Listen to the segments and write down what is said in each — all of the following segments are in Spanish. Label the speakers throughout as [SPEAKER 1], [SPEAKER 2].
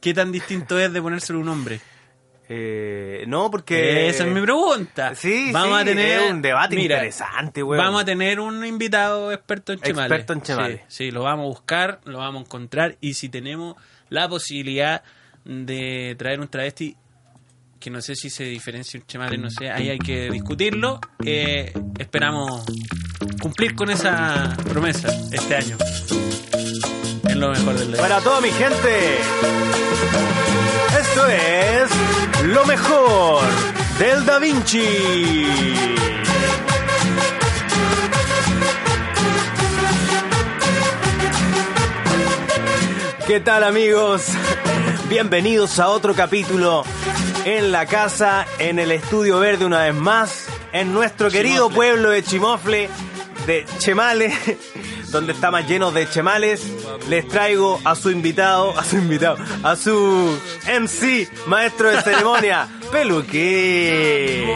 [SPEAKER 1] ¿Qué tan distinto es de ponérselo un hombre?
[SPEAKER 2] Eh, no, porque...
[SPEAKER 1] Esa es mi pregunta.
[SPEAKER 2] Sí, sí, es un debate interesante, weón.
[SPEAKER 1] Vamos a tener un invitado experto en chemales.
[SPEAKER 2] Experto en chemales.
[SPEAKER 1] Sí, sí, lo vamos a buscar, lo vamos a encontrar y si tenemos la posibilidad de traer un travesti que no sé si se diferencia un chemale, no sé, ahí hay que discutirlo. Eh, esperamos cumplir con esa promesa este año. Es lo mejor del día.
[SPEAKER 2] Para toda mi gente, esto es lo mejor del Da Vinci. ¿Qué tal amigos? Bienvenidos a otro capítulo en la casa, en el estudio verde una vez más, en nuestro querido
[SPEAKER 1] Chimofle.
[SPEAKER 2] pueblo de Chimofle, de Chemales, donde está más lleno de chemales. Les traigo a su invitado, a su invitado, a su MC, maestro de ceremonia, Peluquín.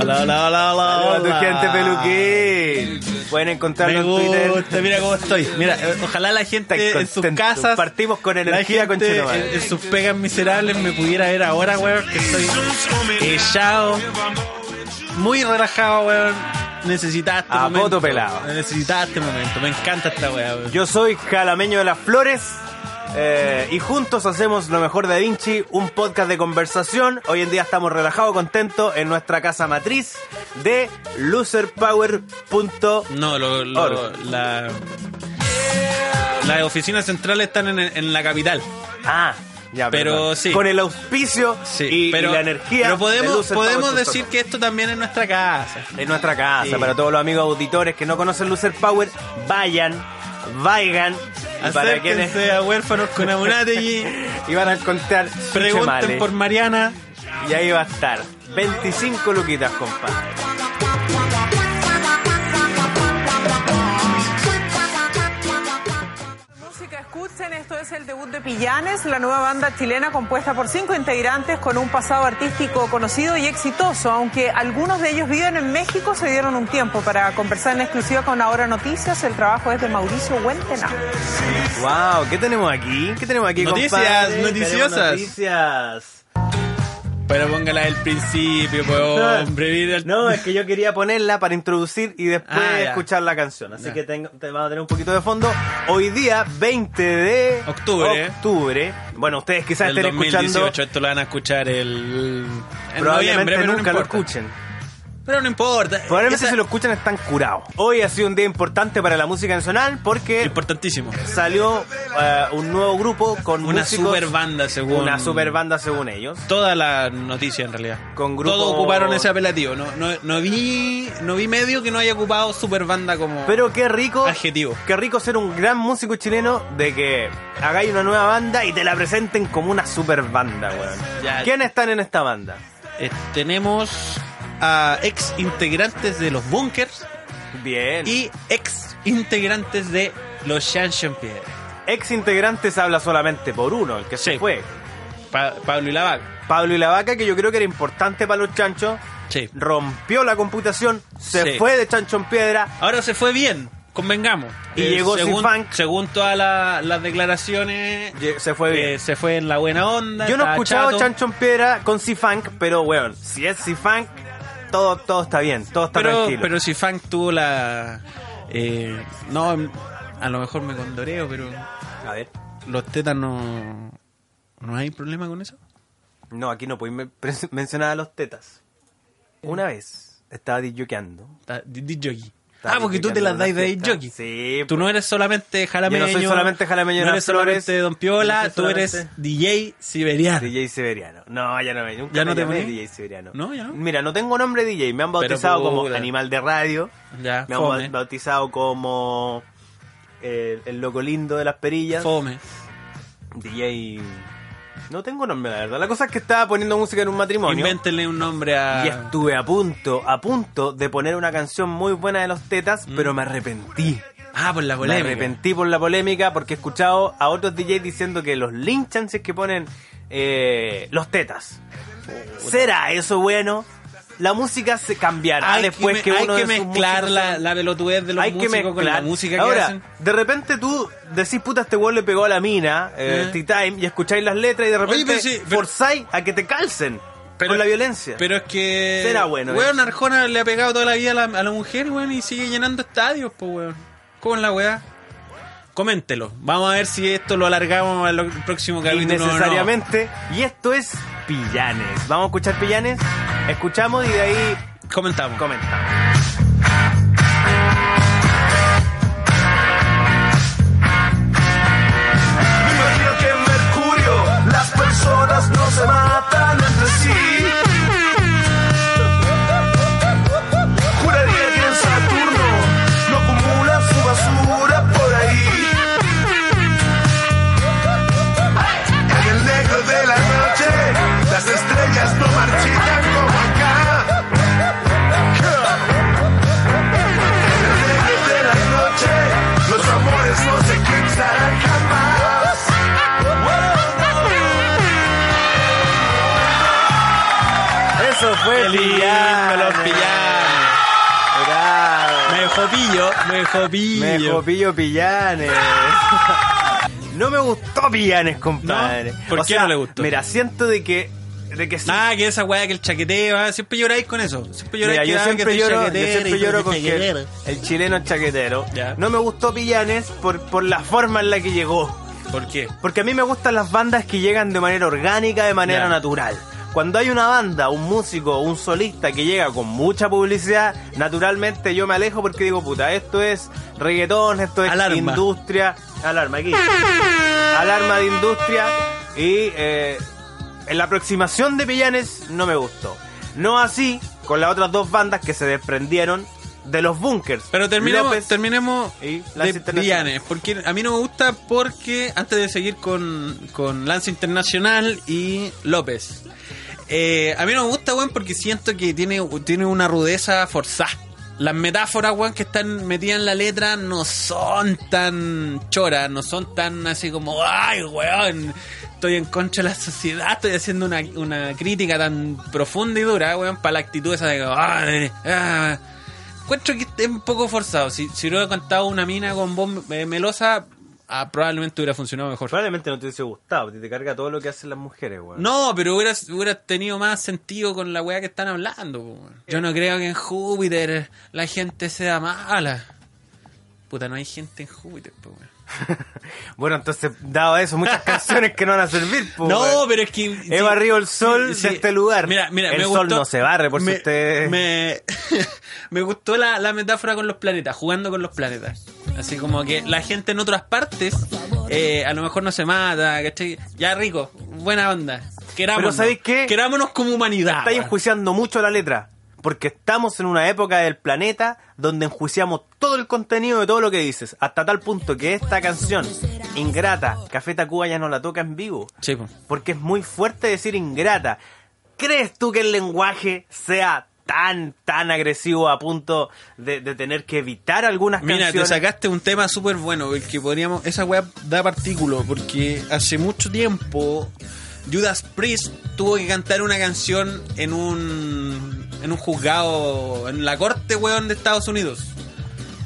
[SPEAKER 1] Hola, hola, hola,
[SPEAKER 2] Saludos a tu gente, Peluquín. Pueden encontrarlo
[SPEAKER 1] Me
[SPEAKER 2] en Twitter.
[SPEAKER 1] gusta, mira cómo estoy. Mira, eh, ojalá la gente
[SPEAKER 2] Está
[SPEAKER 1] en sus
[SPEAKER 2] contento.
[SPEAKER 1] casas.
[SPEAKER 2] Partimos con energía,
[SPEAKER 1] la gente
[SPEAKER 2] conchetumare.
[SPEAKER 1] en, en sus pegas miserables me pudiera ver ahora, weón, que estoy echado. Muy relajado, weón. Necesitaba este
[SPEAKER 2] A
[SPEAKER 1] momento.
[SPEAKER 2] poto pelado.
[SPEAKER 1] Necesitaba este momento. Me encanta esta weá, weón.
[SPEAKER 2] Yo soy Jalameño de las Flores eh, y juntos hacemos lo mejor de Da Vinci, un podcast de conversación. Hoy en día estamos relajados, contentos en nuestra casa matriz de loserpower.org.
[SPEAKER 1] No, lo, lo-
[SPEAKER 2] Oro.
[SPEAKER 1] la, las oficinas centrales están en, en la capital.
[SPEAKER 2] Ah, ya,
[SPEAKER 1] Pero
[SPEAKER 2] perdón.
[SPEAKER 1] sí.
[SPEAKER 2] Con el auspicio
[SPEAKER 1] Sí,
[SPEAKER 2] y, y
[SPEAKER 1] pero,
[SPEAKER 2] la energía.
[SPEAKER 1] Pero
[SPEAKER 2] de
[SPEAKER 1] podemos,
[SPEAKER 2] Loser
[SPEAKER 1] podemos
[SPEAKER 2] Power punto
[SPEAKER 1] decir
[SPEAKER 2] com.
[SPEAKER 1] que esto también es nuestra casa.
[SPEAKER 2] En nuestra casa,
[SPEAKER 1] Sí.
[SPEAKER 2] para todos los amigos auditores que no conocen Loser Power, vayan, vayan. Y para quienes-
[SPEAKER 1] Acérquense a huérfanos con Amunategui.
[SPEAKER 2] y van a encontrar sus
[SPEAKER 1] Pregunten
[SPEAKER 2] chemales.
[SPEAKER 1] por Mariana.
[SPEAKER 2] Y ahí va a estar. 25 luquitas, compadre.
[SPEAKER 3] Música, escuchen, esto es el debut de Pillanes, la nueva banda chilena compuesta por cinco integrantes con un pasado artístico conocido y exitoso. Aunque algunos de ellos viven en México, se dieron un tiempo para conversar en exclusiva con Ahora Noticias. El trabajo es de Mauricio Huentena.
[SPEAKER 2] Wow, ¿qué tenemos aquí? ¿Qué tenemos aquí,
[SPEAKER 1] Noticias,
[SPEAKER 2] compadre?
[SPEAKER 1] noticiosas.
[SPEAKER 2] Tenemos noticias.
[SPEAKER 1] Pero póngala del principio, pues, hombre. mira el-
[SPEAKER 2] No, es que yo quería ponerla para introducir y después
[SPEAKER 1] Ah, ya.
[SPEAKER 2] escuchar la canción. Así
[SPEAKER 1] Ya.
[SPEAKER 2] que tengo- te vamos a tener un poquito de fondo. Hoy día, 20 de
[SPEAKER 1] Octubre.
[SPEAKER 2] octubre. Bueno, ustedes quizás
[SPEAKER 1] del
[SPEAKER 2] estén
[SPEAKER 1] 2018,
[SPEAKER 2] escuchando.
[SPEAKER 1] esto lo van a escuchar el. en noviembre,
[SPEAKER 2] Probablemente
[SPEAKER 1] pero no
[SPEAKER 2] nunca lo
[SPEAKER 1] importa.
[SPEAKER 2] escuchen.
[SPEAKER 1] Pero no importa.
[SPEAKER 2] Probablemente
[SPEAKER 1] Esa-
[SPEAKER 2] si lo escuchan están curados. Hoy ha sido un día importante para la música nacional porque
[SPEAKER 1] Importantísimo.
[SPEAKER 2] salió eh, un nuevo grupo con
[SPEAKER 1] Una
[SPEAKER 2] músicos-
[SPEAKER 1] super banda, según.
[SPEAKER 2] Una super banda según ellos.
[SPEAKER 1] Toda la noticia, en realidad.
[SPEAKER 2] Con grupos-
[SPEAKER 1] Todos ocuparon ese apelativo. No, no, no, vi, no vi medio que no haya ocupado super banda como.
[SPEAKER 2] Pero qué rico.
[SPEAKER 1] Adjetivo.
[SPEAKER 2] Qué rico ser un gran músico chileno de que hagáis una nueva banda y te la presenten como una super banda, weón.
[SPEAKER 1] Ya.
[SPEAKER 2] ¿Quiénes están en esta banda?
[SPEAKER 1] Eh, tenemos a ex integrantes de los Bunkers
[SPEAKER 2] Bien. Y
[SPEAKER 1] y ex integrantes de los Shan Pierre.
[SPEAKER 2] ex integrantes habla solamente por uno, el que
[SPEAKER 1] Sí.
[SPEAKER 2] se fue.
[SPEAKER 1] Pa- Pablo y la Vaca.
[SPEAKER 2] Pablo y la vaca, que yo creo que era importante para los chanchos.
[SPEAKER 1] Sí.
[SPEAKER 2] Rompió la computación, se
[SPEAKER 1] Sí.
[SPEAKER 2] fue de chancho en piedra.
[SPEAKER 1] Ahora se fue bien, convengamos. Eh,
[SPEAKER 2] Y llegó sin
[SPEAKER 1] según,
[SPEAKER 2] funk.
[SPEAKER 1] Según todas la- las declaraciones,
[SPEAKER 2] ye- Se fue bien.
[SPEAKER 1] eh, se fue en la buena onda.
[SPEAKER 2] Yo no he
[SPEAKER 1] estaba
[SPEAKER 2] escuchado
[SPEAKER 1] chato.
[SPEAKER 2] Chancho en Piedra con C-Funk, pero weón, si es C-Funk, todo, todo está bien, todo está
[SPEAKER 1] Pero,
[SPEAKER 2] tranquilo.
[SPEAKER 1] pero si Funk tuvo la. eh, no, a lo mejor me condoreo, pero
[SPEAKER 2] A ver,
[SPEAKER 1] los tetas no. ¿No hay problema con eso?
[SPEAKER 2] no, aquí no podéis me- pre- mencionar a los tetas.
[SPEAKER 1] Eh.
[SPEAKER 2] Una vez estaba disyoqueando.
[SPEAKER 1] Ta- di- di- jockey.
[SPEAKER 2] Estaba
[SPEAKER 1] Ah, porque tú te
[SPEAKER 2] disyoqueando
[SPEAKER 1] las das
[SPEAKER 2] en una
[SPEAKER 1] de
[SPEAKER 2] fiesta.
[SPEAKER 1] jockey.
[SPEAKER 2] Sí, pues,
[SPEAKER 1] Tú no eres solamente jalameño.
[SPEAKER 2] Yo no soy solamente jalameño de
[SPEAKER 1] No eres
[SPEAKER 2] las flores.
[SPEAKER 1] solamente Don Piola,
[SPEAKER 2] Yo soy
[SPEAKER 1] tú eres
[SPEAKER 2] solamente-
[SPEAKER 1] DJ siberiano.
[SPEAKER 2] DJ Siberiano. No, ya no me. Nunca
[SPEAKER 1] ¿Ya
[SPEAKER 2] me
[SPEAKER 1] no te
[SPEAKER 2] llamé
[SPEAKER 1] poní?
[SPEAKER 2] DJ Siberiano.
[SPEAKER 1] No, ya no.
[SPEAKER 2] Mira, no tengo nombre DJ. Me han bautizado
[SPEAKER 1] Pero,
[SPEAKER 2] como
[SPEAKER 1] puta.
[SPEAKER 2] Animal de Radio.
[SPEAKER 1] Ya,
[SPEAKER 2] Me han
[SPEAKER 1] fome.
[SPEAKER 2] bautizado como. eh, el loco lindo de las perillas.
[SPEAKER 1] Fome.
[SPEAKER 2] DJ. No tengo nombre, la verdad. La cosa es que estaba poniendo música en un matrimonio.
[SPEAKER 1] Invéntenle un nombre a.
[SPEAKER 2] Y estuve a punto, a punto de poner una canción muy buena de los tetas, pero me arrepentí.
[SPEAKER 1] Ah, por la
[SPEAKER 2] Me
[SPEAKER 1] Mm. polémica.
[SPEAKER 2] arrepentí por la polémica porque he escuchado a otros DJs diciendo que los linchan si es que ponen eh, los tetas. ¿Será eso bueno? la música se cambiará
[SPEAKER 1] hay
[SPEAKER 2] después
[SPEAKER 1] me-
[SPEAKER 2] que, uno
[SPEAKER 1] hay
[SPEAKER 2] de
[SPEAKER 1] que
[SPEAKER 2] sus
[SPEAKER 1] mezclar
[SPEAKER 2] músicos
[SPEAKER 1] la,
[SPEAKER 2] sea-
[SPEAKER 1] la pelotudez de los
[SPEAKER 2] hay que
[SPEAKER 1] músicos
[SPEAKER 2] mezclar.
[SPEAKER 1] con la música que
[SPEAKER 2] Ahora,
[SPEAKER 1] hacen.
[SPEAKER 2] de repente tú decís, puta, este weón le pegó a la mina, eh,
[SPEAKER 1] Eh.
[SPEAKER 2] Tea Time, y escucháis las letras y de repente
[SPEAKER 1] pero sí, pero-
[SPEAKER 2] forzáis a que te calcen con la violencia.
[SPEAKER 1] Pero es que.
[SPEAKER 2] Será bueno, ¿eh?
[SPEAKER 1] Weón,
[SPEAKER 2] eso.
[SPEAKER 1] Arjona le ha pegado toda la vida a la, a la mujer, weón, y sigue llenando estadios, pues, weón. ¿Cómo es la weá? Coméntelo. Vamos a ver si esto lo alargamos al próximo capítulo. o no.
[SPEAKER 2] Innecesariamente. Y esto es Pillanes. Vamos a escuchar Pillanes, escuchamos y de ahí
[SPEAKER 1] Comentamos.
[SPEAKER 2] comentamos.
[SPEAKER 4] Perdió que en Mercurio las personas no se matan entre sí. Juraría que en Saturno no acumula su basura por ahí. En el negro de la noche las estrellas no marchitan como acá. En el negro de la noche los amores no se quitan jamás.
[SPEAKER 2] Eso fue
[SPEAKER 1] Qué lindo, los pillanes.
[SPEAKER 2] Bravo.
[SPEAKER 1] Me dejó pillo, me dejó pillo.
[SPEAKER 2] Me copillo Pillanes. No me gustó Pillanes, compadre.
[SPEAKER 1] ¿No? ¿Por
[SPEAKER 2] O
[SPEAKER 1] qué
[SPEAKER 2] sea,
[SPEAKER 1] no le gustó?
[SPEAKER 2] Mira, siento de que. De que sí.
[SPEAKER 1] Ah, que esa weá que el chaqueteo, ah, siempre lloráis con eso. Siempre lloráis
[SPEAKER 2] Mira,
[SPEAKER 1] que,
[SPEAKER 2] yo
[SPEAKER 1] ah,
[SPEAKER 2] siempre
[SPEAKER 1] que soy
[SPEAKER 2] lloro, yo
[SPEAKER 1] chaquetera
[SPEAKER 2] siempre
[SPEAKER 1] y que
[SPEAKER 2] lloro
[SPEAKER 1] soy
[SPEAKER 2] con que
[SPEAKER 1] chaquetera.
[SPEAKER 2] el chileno es chaquetero.
[SPEAKER 1] Ya.
[SPEAKER 2] No me gustó Pillanes por, por la forma en la que llegó.
[SPEAKER 1] ¿Por qué?
[SPEAKER 2] Porque a mí me gustan las bandas que llegan de manera orgánica, de manera
[SPEAKER 1] Ya.
[SPEAKER 2] natural. Cuando hay una banda, un músico, un solista que llega con mucha publicidad, naturalmente yo me alejo porque digo, puta, esto es reggaetón, esto es
[SPEAKER 1] Alarma.
[SPEAKER 2] industria, alarma aquí, alarma de industria y eh, en la aproximación de Pillanes no me gustó. No así con las otras dos bandas que se desprendieron de los bunkers.
[SPEAKER 1] Pero terminemos,
[SPEAKER 2] López
[SPEAKER 1] terminemos
[SPEAKER 2] y Lance
[SPEAKER 1] de
[SPEAKER 2] Internacional.
[SPEAKER 1] Villanes, porque a mí no me gusta porque antes de seguir con, con Lance Internacional y López. eh, a mí no me gusta, weón, porque siento que tiene, tiene una rudeza forzada. Las metáforas, weón, que están metidas en la letra no son tan choras, no son tan así como, ay, weón, estoy en contra de la sociedad, estoy haciendo una, una crítica tan profunda y dura, weón, para la actitud esa de, ay, ah, encuentro que es un poco forzado. Si, si lo hubiera cantado una mina con voz eh, melosa, ah, probablemente hubiera funcionado mejor.
[SPEAKER 2] Probablemente no te hubiese gustado, porque te carga todo lo que hacen las mujeres, weón.
[SPEAKER 1] No, pero hubiera, hubiera tenido más sentido con la weá que están hablando. po, weón. Yo no creo que en Júpiter la gente sea mala. Puta, no hay gente en Júpiter, po, weón.
[SPEAKER 2] Bueno, entonces, dado eso, muchas canciones que no van a servir. po,
[SPEAKER 1] No,
[SPEAKER 2] pues,
[SPEAKER 1] pues,
[SPEAKER 2] weón.
[SPEAKER 1] pero es que.
[SPEAKER 2] He barrido el sol de este lugar.
[SPEAKER 1] Mira, mira,
[SPEAKER 2] El
[SPEAKER 1] me
[SPEAKER 2] sol
[SPEAKER 1] gustó-
[SPEAKER 2] no se barre, por si
[SPEAKER 1] me-
[SPEAKER 2] usted-
[SPEAKER 1] Me, me gustó la, la metáfora con los planetas, jugando con los planetas. Así como que la gente en otras partes eh, a lo mejor no se mata, ¿cachai? Ya rico, buena onda. Querámonos.
[SPEAKER 2] ¿sabéis qué?
[SPEAKER 1] Querámonos como humanidad.
[SPEAKER 2] Estáis
[SPEAKER 1] weón.
[SPEAKER 2] enjuiciando mucho la letra. Porque estamos en una época del planeta donde enjuiciamos todo el contenido de todo lo que dices. Hasta tal punto que esta canción, Ingrata, Café Tacuba ya no la toca en vivo.
[SPEAKER 1] Sí, po.
[SPEAKER 2] Porque es muy fuerte decir ingrata. ¿Crees tú que el lenguaje sea tan, tan agresivo a punto de, de tener que evitar algunas
[SPEAKER 1] Mira,
[SPEAKER 2] canciones?
[SPEAKER 1] te sacaste un tema súper bueno, porque podríamos... Esa weá da partículo, porque hace mucho tiempo Judas Priest tuvo que cantar una canción en un, en un juzgado, en la corte, weón, de Estados Unidos,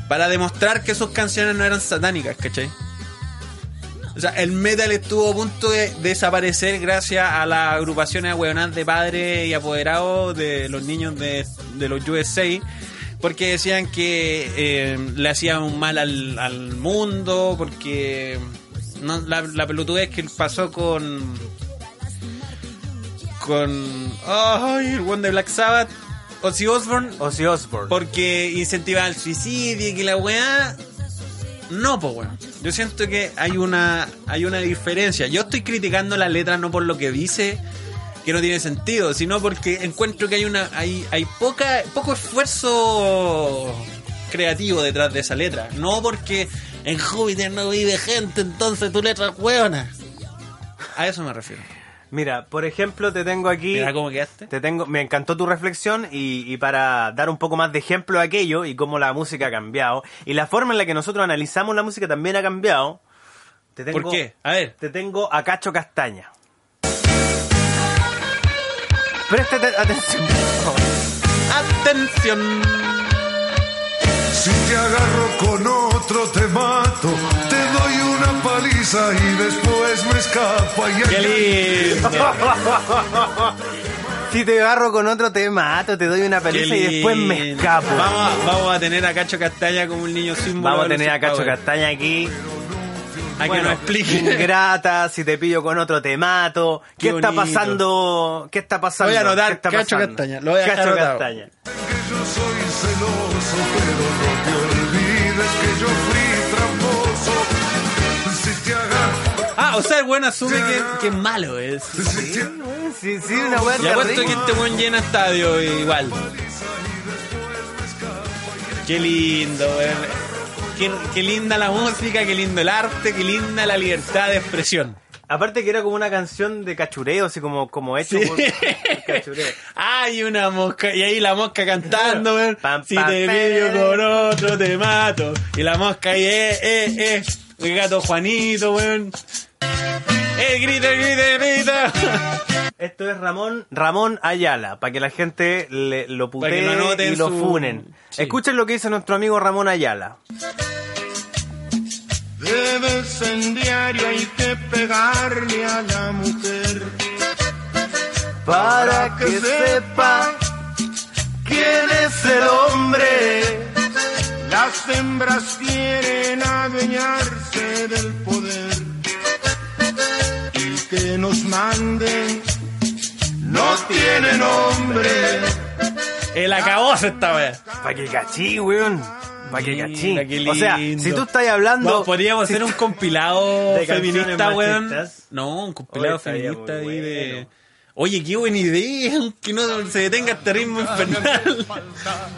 [SPEAKER 1] para demostrar que sus canciones no eran satánicas, ¿cachai? O sea, el metal estuvo a punto de desaparecer gracias a las agrupaciones ahueonadas de padres y apoderados de los niños de, de los USA. Porque decían que eh, le hacían un mal al, al mundo, porque no, la, la pelotudez que pasó con... Con... ¡Ay! el one de Black Sabbath. Ozzy Osbourne
[SPEAKER 2] Ozzy Osbourne.
[SPEAKER 1] porque incentiva el suicidio y que la weá. No, pues weón. Yo siento que hay una, hay una diferencia. Yo estoy criticando la letra no por lo que dice, que no tiene sentido, sino porque encuentro que hay una, hay, hay poca, poco esfuerzo creativo detrás de esa letra. No porque en Júpiter no vive gente, entonces tu letra es hueona. A eso me refiero.
[SPEAKER 2] Mira, por ejemplo, te tengo aquí.
[SPEAKER 1] Mira cómo quedaste.
[SPEAKER 2] Te tengo, me encantó tu reflexión y, y para dar un poco más de ejemplo a aquello y cómo la música ha cambiado y la forma en la que nosotros analizamos la música también ha cambiado. Te tengo,
[SPEAKER 1] ¿Por qué? A ver.
[SPEAKER 2] Te tengo a Cacho Castaña. Presta atención. por favor.
[SPEAKER 1] Atención.
[SPEAKER 4] Si te agarro con otro te mato, te doy una paliza y después me escapa. Y
[SPEAKER 1] Qué lindo.
[SPEAKER 2] Si te agarro con otro te mato, te doy una
[SPEAKER 1] qué
[SPEAKER 2] paliza y después me
[SPEAKER 1] lindo.
[SPEAKER 2] escapo. Vamos,
[SPEAKER 1] Vamos, vamos a tener a Cacho Castaña como un niño símbolo.
[SPEAKER 2] a tener a Cacho Castaña aquí.
[SPEAKER 1] A que
[SPEAKER 2] Bueno,
[SPEAKER 1] nos explique.
[SPEAKER 2] Ingrata, si te pillo con otro te mato. ¿Qué,
[SPEAKER 1] Qué
[SPEAKER 2] está
[SPEAKER 1] bonito.
[SPEAKER 2] pasando? ¿Qué está pasando?
[SPEAKER 1] Voy a anotar
[SPEAKER 2] ¿Qué está
[SPEAKER 1] Cacho
[SPEAKER 2] pasando?
[SPEAKER 1] Castaña, lo voy a dejar
[SPEAKER 2] Cacho
[SPEAKER 1] anotado.
[SPEAKER 2] Castaña.
[SPEAKER 4] que yo soy celoso, pero no te olvides que yo fui tramposo. Si te agarro,
[SPEAKER 1] Ah, o sea, el weón asume que, que es malo es.
[SPEAKER 4] si te
[SPEAKER 2] Sí, sí, una weá
[SPEAKER 1] Y apuesto
[SPEAKER 2] terrible.
[SPEAKER 1] que este weón llena estadio igual. Qué lindo, weón. Qué, qué linda la música, qué lindo el arte, qué linda la libertad de expresión.
[SPEAKER 2] Aparte que era como una canción de cachureo, así como, como hecho por cachureo.
[SPEAKER 1] Hay una mosca, y ahí la mosca cantando, weón.
[SPEAKER 2] Pam,
[SPEAKER 1] si
[SPEAKER 2] pam,
[SPEAKER 1] te
[SPEAKER 2] pam.
[SPEAKER 1] pillo con otro, te mato. Y la mosca ahí, eh, eh, eh. El gato Juanito, weón. El grita, grita, grita.
[SPEAKER 2] Esto es Ramón Ramón Ayala, para que la gente le- lo
[SPEAKER 1] Para que
[SPEAKER 2] putee
[SPEAKER 1] lo anoten
[SPEAKER 2] y lo
[SPEAKER 1] su-
[SPEAKER 2] funen.
[SPEAKER 1] Sí.
[SPEAKER 2] Escuchen lo que dice nuestro amigo Ramón Ayala.
[SPEAKER 5] Debes enviar y que pegarle a la mujer.
[SPEAKER 2] Para que sepa quién es el hombre.
[SPEAKER 5] Las hembras quieren adueñarse del poder. Y que nos manden no tiene nombre.
[SPEAKER 1] El acabose esta vez.
[SPEAKER 2] Para que cachí, weón. Para que cachí.
[SPEAKER 1] Mira, qué
[SPEAKER 2] O sea,
[SPEAKER 1] lindo.
[SPEAKER 2] si tú estás hablando...
[SPEAKER 1] Bueno, podríamos
[SPEAKER 2] si
[SPEAKER 1] hacer un compilado
[SPEAKER 2] De canciones
[SPEAKER 1] feminista, weón.
[SPEAKER 2] machistas.
[SPEAKER 1] No, un compilado
[SPEAKER 2] Oye, estaría
[SPEAKER 1] feminista ahí
[SPEAKER 2] muy
[SPEAKER 1] de.
[SPEAKER 2] bueno.
[SPEAKER 1] Oye, qué buena idea, que no se detenga este ritmo infernal.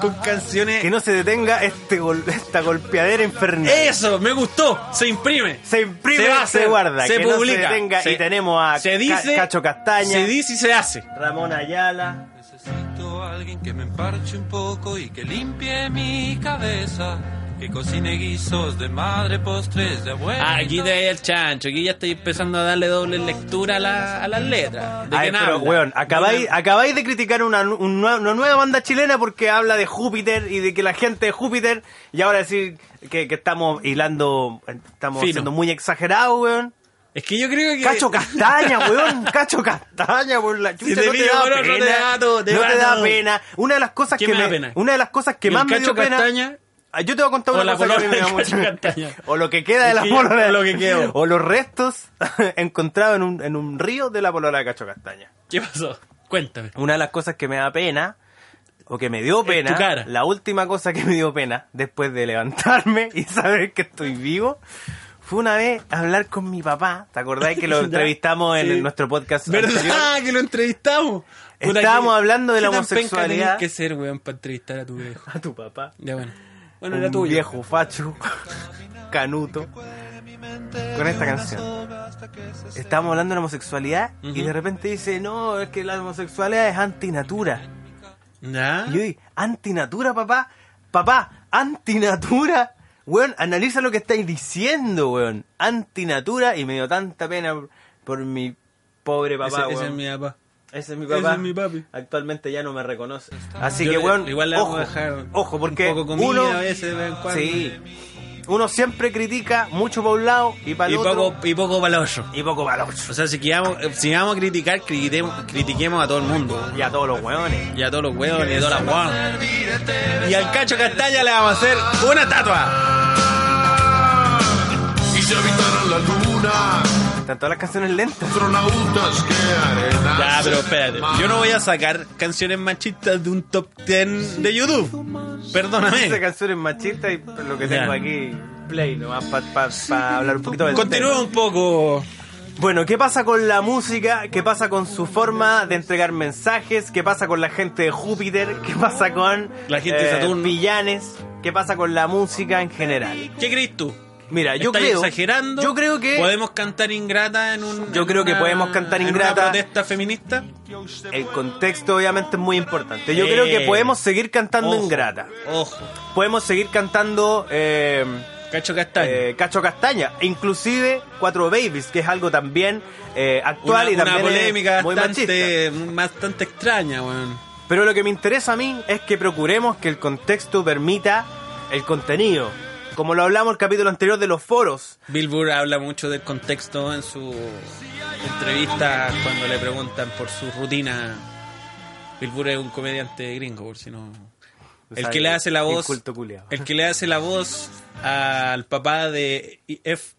[SPEAKER 1] Con canciones.
[SPEAKER 2] Que no se detenga este gol- esta golpeadera infernal.
[SPEAKER 1] Eso, me gustó, se imprime.
[SPEAKER 2] Se imprime,
[SPEAKER 1] va a
[SPEAKER 2] se
[SPEAKER 1] hacer,
[SPEAKER 2] guarda,
[SPEAKER 1] se
[SPEAKER 2] que no se
[SPEAKER 1] publica.
[SPEAKER 2] detenga. Y tenemos a
[SPEAKER 1] se
[SPEAKER 2] Ca-
[SPEAKER 1] dice,
[SPEAKER 2] Cacho Castaña.
[SPEAKER 1] Se dice y se hace.
[SPEAKER 2] Ramón Ayala.
[SPEAKER 6] Necesito a alguien que me emparche un poco y que limpie mi cabeza. Que cocine guisos de madre, postres de abuela.
[SPEAKER 1] Ah, aquí te ve el chancho, aquí ya estoy empezando a darle doble lectura a, la- a las letras. ¿De
[SPEAKER 2] Ay,
[SPEAKER 1] quién
[SPEAKER 2] pero,
[SPEAKER 1] habla?
[SPEAKER 2] weón, acabáis, acabáis de criticar una, nu- un nue- una nueva banda chilena porque habla de Júpiter y de que la gente de Júpiter. Y ahora decir que, que estamos hilando, estamos
[SPEAKER 1] Fino.
[SPEAKER 2] siendo muy exagerados, weón.
[SPEAKER 1] Es que yo creo que.
[SPEAKER 2] Cacho Castaña, weón. Cacho Castaña, weón. La chucha,
[SPEAKER 1] te
[SPEAKER 2] no, te
[SPEAKER 1] pillo,
[SPEAKER 2] da
[SPEAKER 1] weón, no
[SPEAKER 2] pena,
[SPEAKER 1] te da todo, te
[SPEAKER 2] no
[SPEAKER 1] da
[SPEAKER 2] te da
[SPEAKER 1] todo.
[SPEAKER 2] pena. Una de las cosas
[SPEAKER 1] ¿Qué
[SPEAKER 2] que
[SPEAKER 1] me da
[SPEAKER 2] me-
[SPEAKER 1] pena?
[SPEAKER 2] Una de las cosas
[SPEAKER 1] ¿Y
[SPEAKER 2] que
[SPEAKER 1] el
[SPEAKER 2] más me
[SPEAKER 1] Cacho
[SPEAKER 2] dio pena.
[SPEAKER 1] Castaña?
[SPEAKER 2] Ah, Yo te voy a contar
[SPEAKER 1] O
[SPEAKER 2] una
[SPEAKER 1] la
[SPEAKER 2] cosa que a mí
[SPEAKER 1] polola
[SPEAKER 2] me da
[SPEAKER 1] del
[SPEAKER 2] mucha
[SPEAKER 1] Cacho Castaña.
[SPEAKER 2] O lo que queda de
[SPEAKER 1] Es
[SPEAKER 2] la
[SPEAKER 1] que yo-
[SPEAKER 2] polola. de-
[SPEAKER 1] lo que quedó.
[SPEAKER 2] O los restos encontrados en un, en un río de la polola de Cacho Castaña.
[SPEAKER 1] ¿Qué pasó? Cuéntame.
[SPEAKER 2] Una de las cosas que me da pena, o que me dio pena,
[SPEAKER 1] tu cara.
[SPEAKER 2] la última cosa que me dio pena, después de levantarme y saber que estoy vivo, fue una vez hablar con mi papá. ¿Te acordáis que lo
[SPEAKER 1] Ya.
[SPEAKER 2] entrevistamos en,
[SPEAKER 1] Sí.
[SPEAKER 2] en nuestro podcast? anterior?
[SPEAKER 1] ¿Verdad? Ah, Que lo entrevistamos. Puta,
[SPEAKER 2] Estábamos
[SPEAKER 1] qué-
[SPEAKER 2] hablando de
[SPEAKER 1] qué
[SPEAKER 2] la
[SPEAKER 1] tan penca tenés
[SPEAKER 2] homosexualidad.
[SPEAKER 1] que ser, weón, para entrevistar a tu viejo?
[SPEAKER 2] A tu papá.
[SPEAKER 1] Ya, bueno. Bueno,
[SPEAKER 2] un
[SPEAKER 1] era tuyo.
[SPEAKER 2] viejo facho, canuto, con esta canción. Estábamos hablando de la homosexualidad y de repente dice, no, es que la homosexualidad es antinatura.
[SPEAKER 1] ¿Ya?
[SPEAKER 2] Y yo dije, antinatura, papá. Papá, antinatura. Weón, analiza lo que estáis diciendo, weón. Antinatura. Y me dio tanta pena por, por mi pobre papá,
[SPEAKER 1] ese, ese es
[SPEAKER 2] weón.
[SPEAKER 1] mi papá.
[SPEAKER 2] Ese es mi
[SPEAKER 1] ese
[SPEAKER 2] papá.
[SPEAKER 1] es mi papi.
[SPEAKER 2] Actualmente ya no me reconoce. Así
[SPEAKER 1] Yo
[SPEAKER 2] que,
[SPEAKER 1] le-
[SPEAKER 2] weón,
[SPEAKER 1] igual le vamos
[SPEAKER 2] ojo,
[SPEAKER 1] a dejar
[SPEAKER 2] ojo, porque
[SPEAKER 1] un poco comida
[SPEAKER 2] uno,
[SPEAKER 1] a veces, de vez en cuando.
[SPEAKER 2] sí, uno siempre critica mucho para un lado y para
[SPEAKER 1] Y
[SPEAKER 2] el otro
[SPEAKER 1] poco, y poco para el otro.
[SPEAKER 2] y poco para el
[SPEAKER 1] O
[SPEAKER 2] otro.
[SPEAKER 1] sea, si, quedamos- eh, si vamos a criticar, critiquemos, critiquemos a todo el mundo.
[SPEAKER 2] Y a todos los weones.
[SPEAKER 1] Y a todos los huevos y a todas las guanas. Y al cacho castaña le vamos a hacer una estatua.
[SPEAKER 4] y se habitaran la luna,
[SPEAKER 2] Están todas las canciones lentas.
[SPEAKER 4] astronautas que arena.
[SPEAKER 1] Ya, pero
[SPEAKER 4] se
[SPEAKER 1] espérate. Yo no voy a sacar canciones machistas de un top 10 de YouTube.
[SPEAKER 2] Esa
[SPEAKER 1] Perdóname.
[SPEAKER 2] canción es machista y lo que
[SPEAKER 1] Ya.
[SPEAKER 2] tengo aquí, play nomás para hablar un poquito del
[SPEAKER 1] Continúa
[SPEAKER 2] tema.
[SPEAKER 1] un poco.
[SPEAKER 2] Bueno, ¿qué pasa con la música? ¿Qué pasa con su forma de entregar mensajes? ¿Qué pasa con la gente de Júpiter? ¿Qué pasa con
[SPEAKER 1] La gente de Saturno.
[SPEAKER 2] villanes? ¿Qué pasa con la música en general?
[SPEAKER 1] ¿Qué crees tú?
[SPEAKER 2] Mira, yo
[SPEAKER 1] ¿Estás
[SPEAKER 2] creo
[SPEAKER 1] exagerando?
[SPEAKER 2] Yo creo que
[SPEAKER 1] ¿Podemos cantar ingrata en un.
[SPEAKER 2] Yo
[SPEAKER 1] en
[SPEAKER 2] creo que
[SPEAKER 1] una-
[SPEAKER 2] podemos cantar
[SPEAKER 1] En una
[SPEAKER 2] Ingrata.
[SPEAKER 1] protesta feminista?
[SPEAKER 2] el contexto obviamente es muy importante. Yo
[SPEAKER 1] Eh,
[SPEAKER 2] creo que podemos seguir cantando
[SPEAKER 1] Ojo,
[SPEAKER 2] Ingrata.
[SPEAKER 1] Ojo.
[SPEAKER 2] Podemos seguir cantando eh,
[SPEAKER 1] Cacho castaña.
[SPEAKER 2] eh, Cacho Castaña, inclusive Cuatro Babies, que es algo también eh, actual
[SPEAKER 1] una,
[SPEAKER 2] y también
[SPEAKER 1] una
[SPEAKER 2] es
[SPEAKER 1] polémica
[SPEAKER 2] muy machista.
[SPEAKER 1] bastante, bastante extraña, weón.
[SPEAKER 2] Pero lo que me interesa a mí es que procuremos que el contexto permita el contenido. Como lo hablamos en el capítulo anterior de los foros.
[SPEAKER 6] Billboard habla mucho del contexto en su entrevista cuando le preguntan por su rutina. Billboard es un comediante gringo, por si no. El que le hace la voz.
[SPEAKER 2] Inculto culiao.
[SPEAKER 6] El que le hace la voz al papá de E F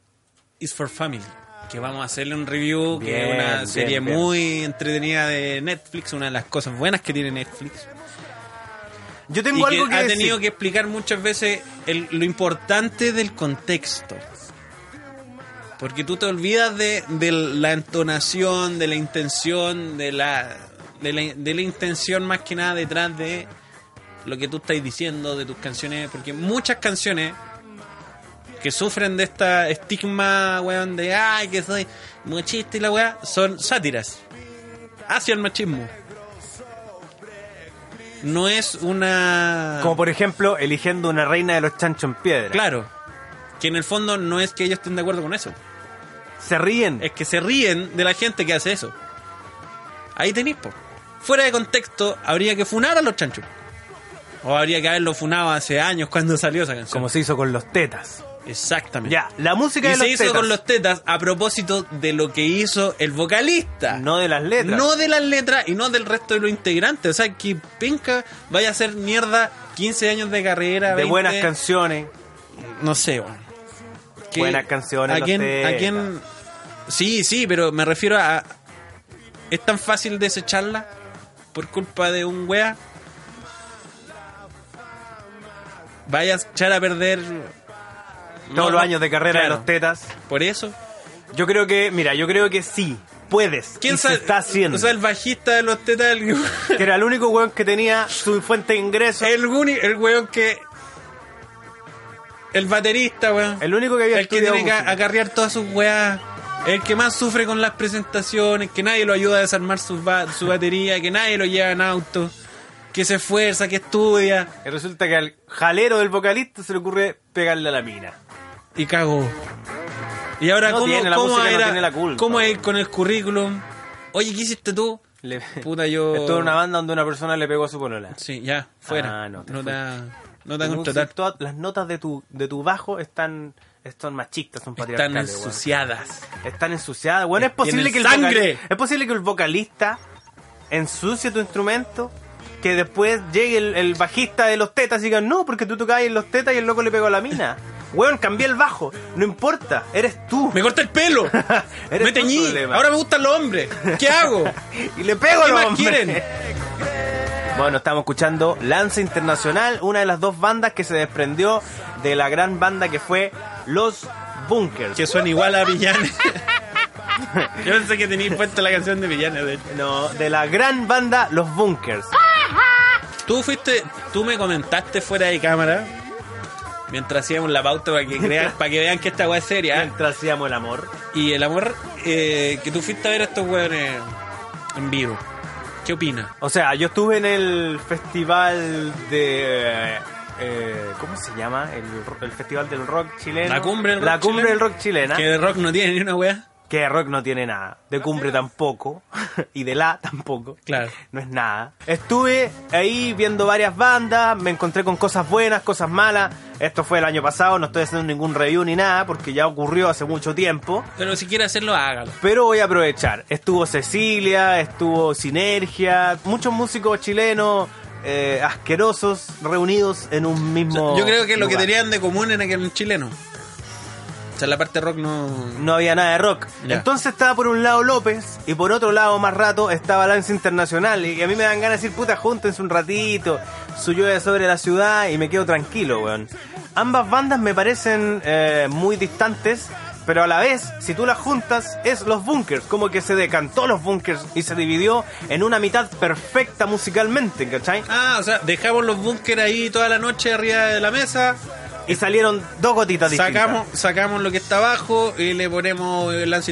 [SPEAKER 6] is for Family. Que vamos a hacerle un review, que es
[SPEAKER 2] Bien,
[SPEAKER 6] una
[SPEAKER 2] bien,
[SPEAKER 6] serie
[SPEAKER 2] bien.
[SPEAKER 6] muy entretenida de Netflix, una de las cosas buenas que tiene Netflix.
[SPEAKER 2] Yo
[SPEAKER 6] Y
[SPEAKER 2] tengo
[SPEAKER 6] que
[SPEAKER 2] algo que,
[SPEAKER 6] ha
[SPEAKER 2] decir.
[SPEAKER 6] tenido que explicar muchas veces el- lo importante del contexto. Porque tú te olvidas de, de la entonación, de la intención, de la, de la de la intención más que nada detrás de lo que tú estás diciendo, de tus canciones. Porque muchas canciones que sufren de esta estigma, weón, de ay, que soy machista y la weá, son sátiras hacia el machismo. No es una.
[SPEAKER 2] Como por ejemplo, eligiendo una reina de los chanchos en piedra.
[SPEAKER 6] Claro. Que en el fondo no es que ellos estén de acuerdo con eso.
[SPEAKER 2] Se ríen.
[SPEAKER 6] Es que se ríen de la gente que hace eso. Ahí tenéis, po. Fuera de contexto, habría que funar a los chanchos. O habría que haberlo funado hace años cuando salió esa canción.
[SPEAKER 2] Como se hizo con los tetas.
[SPEAKER 6] Exactamente.
[SPEAKER 2] Ya, la música
[SPEAKER 6] Y
[SPEAKER 2] de
[SPEAKER 6] se
[SPEAKER 2] los
[SPEAKER 6] hizo
[SPEAKER 2] tetas.
[SPEAKER 6] con los tetas a propósito de lo que hizo el vocalista.
[SPEAKER 2] No de las letras.
[SPEAKER 6] No de las letras y no del resto de los integrantes. O sea, que penca vaya a hacer mierda 15 años de carrera.
[SPEAKER 2] de
[SPEAKER 6] 20,
[SPEAKER 2] buenas canciones.
[SPEAKER 6] No sé, weón. Que-
[SPEAKER 2] Buenas canciones,
[SPEAKER 6] ¿A
[SPEAKER 2] los
[SPEAKER 6] quién,
[SPEAKER 2] tetas.
[SPEAKER 6] ¿A quién? Sí, sí, pero me refiero a. ¿Es tan fácil desecharla por culpa de un wea? Vaya a echar a perder.
[SPEAKER 2] Todos
[SPEAKER 6] No,
[SPEAKER 2] los
[SPEAKER 6] no,
[SPEAKER 2] años de carrera de
[SPEAKER 6] claro.
[SPEAKER 2] los tetas.
[SPEAKER 6] Por eso.
[SPEAKER 2] Yo creo que, mira, yo creo que sí. Puedes.
[SPEAKER 6] ¿Quién
[SPEAKER 2] y se
[SPEAKER 6] sa-
[SPEAKER 2] está haciendo.
[SPEAKER 6] O sea, el bajista de los tetas, el,
[SPEAKER 2] que era el único weón que tenía su fuente de ingreso. El,
[SPEAKER 6] el, uni- el weón que. El baterista, weón.
[SPEAKER 2] único que había
[SPEAKER 6] el que
[SPEAKER 2] estudiado
[SPEAKER 6] tiene que
[SPEAKER 2] música.
[SPEAKER 6] acarrear todas sus weas. El que más sufre con las presentaciones, que nadie lo ayuda a desarmar su, ba- su batería, que nadie lo lleva en auto, que se esfuerza, que estudia.
[SPEAKER 2] Y resulta que al jalero del vocalista se le ocurre pegarle a la mina.
[SPEAKER 6] Y cago. Y ahora,
[SPEAKER 2] No
[SPEAKER 6] ¿cómo,
[SPEAKER 2] tiene, la
[SPEAKER 6] cómo
[SPEAKER 2] música no
[SPEAKER 6] era-
[SPEAKER 2] tiene la culpa.
[SPEAKER 6] cómo es con el currículum? Oye, ¿qué hiciste tú?
[SPEAKER 2] Le-
[SPEAKER 6] Puta, yo-
[SPEAKER 2] Esto era una banda donde una persona le pegó a su polola.
[SPEAKER 6] Sí, ya, fuera.
[SPEAKER 2] Ah, no,
[SPEAKER 6] no
[SPEAKER 2] te
[SPEAKER 6] te, no te van a
[SPEAKER 2] Tengo que
[SPEAKER 6] contratar.
[SPEAKER 2] decir, todas las notas de tu, de tu bajo están, están machistas, son
[SPEAKER 6] Están
[SPEAKER 2] patriarcales. weón.
[SPEAKER 6] ensuciadas.
[SPEAKER 2] Están ensuciadas. Bueno, es posible
[SPEAKER 6] Tienen
[SPEAKER 2] que el
[SPEAKER 6] sangre.
[SPEAKER 2] vocal- es posible que el vocalista ensucie tu instrumento, que después llegue el, el bajista de los tetas y diga, no, porque tú tocabas en los tetas y el loco le pegó a la mina. Weón, cambié el bajo. No importa, eres tú.
[SPEAKER 6] Me corta el pelo.
[SPEAKER 2] Eres
[SPEAKER 6] me
[SPEAKER 2] tú el
[SPEAKER 6] teñí.
[SPEAKER 2] problema.
[SPEAKER 6] Ahora me gustan los hombres. ¿Qué hago?
[SPEAKER 2] Y le pego a
[SPEAKER 6] ¿Qué
[SPEAKER 2] los
[SPEAKER 6] más
[SPEAKER 2] hombres.
[SPEAKER 6] quieren?
[SPEAKER 2] Bueno, estamos escuchando Lanza Internacional, una de las dos bandas que se desprendió de la gran banda que fue Los Bunkers.
[SPEAKER 6] que suena igual a Villanes. Yo pensé que tenía puesta la canción de Villanes, de hecho.
[SPEAKER 2] No, de la gran banda Los Bunkers.
[SPEAKER 6] Tú fuiste, tú me comentaste fuera de cámara, mientras hacíamos la pauta para que, crean, para que vean que esta weá es seria.
[SPEAKER 2] Mientras hacíamos el amor.
[SPEAKER 6] Y el amor, eh, que tú fuiste a ver a estos weones en vivo. ¿Qué opinas?
[SPEAKER 2] O sea, yo estuve en el festival de... eh, ¿Cómo se llama? El, el festival del rock chileno.
[SPEAKER 6] La cumbre del rock
[SPEAKER 2] La cumbre
[SPEAKER 6] chileno.
[SPEAKER 2] del rock chilena.
[SPEAKER 6] Que de rock no tiene ni una weá.
[SPEAKER 2] Que de rock no tiene nada. De cumbre tampoco. y de la tampoco.
[SPEAKER 6] Claro.
[SPEAKER 2] No es nada. Estuve ahí viendo varias bandas, me encontré con cosas buenas, cosas malas. Esto fue el año pasado, no estoy haciendo ningún review ni nada porque ya ocurrió hace mucho tiempo.
[SPEAKER 6] Pero si quiere hacerlo, hágalo.
[SPEAKER 2] Pero voy a aprovechar. Estuvo Cecilia, estuvo Sinergia, muchos músicos chilenos eh, asquerosos reunidos en un mismo.
[SPEAKER 6] Yo creo que lo que
[SPEAKER 2] lugar.
[SPEAKER 6] tenían de común era que eran chilenos. O sea, la parte rock no...
[SPEAKER 2] No había nada de rock.
[SPEAKER 6] Ya.
[SPEAKER 2] Entonces estaba por un lado López y por otro lado más rato estaba Lance Internacional. Y a mí me dan ganas de decir, puta, júntense un ratito, su llueve sobre la ciudad y me quedo tranquilo, weón. Ambas bandas me parecen eh, muy distantes, pero a la vez, si tú las juntas, es los bunkers. Como que se decantó los bunkers y se dividió en una mitad perfecta musicalmente, ¿cachai?
[SPEAKER 6] Ah, o sea, dejamos los bunkers ahí toda la noche arriba de la mesa,
[SPEAKER 2] Y salieron dos gotitas distintas.
[SPEAKER 6] sacamos, sacamos lo que está abajo y le ponemos el lance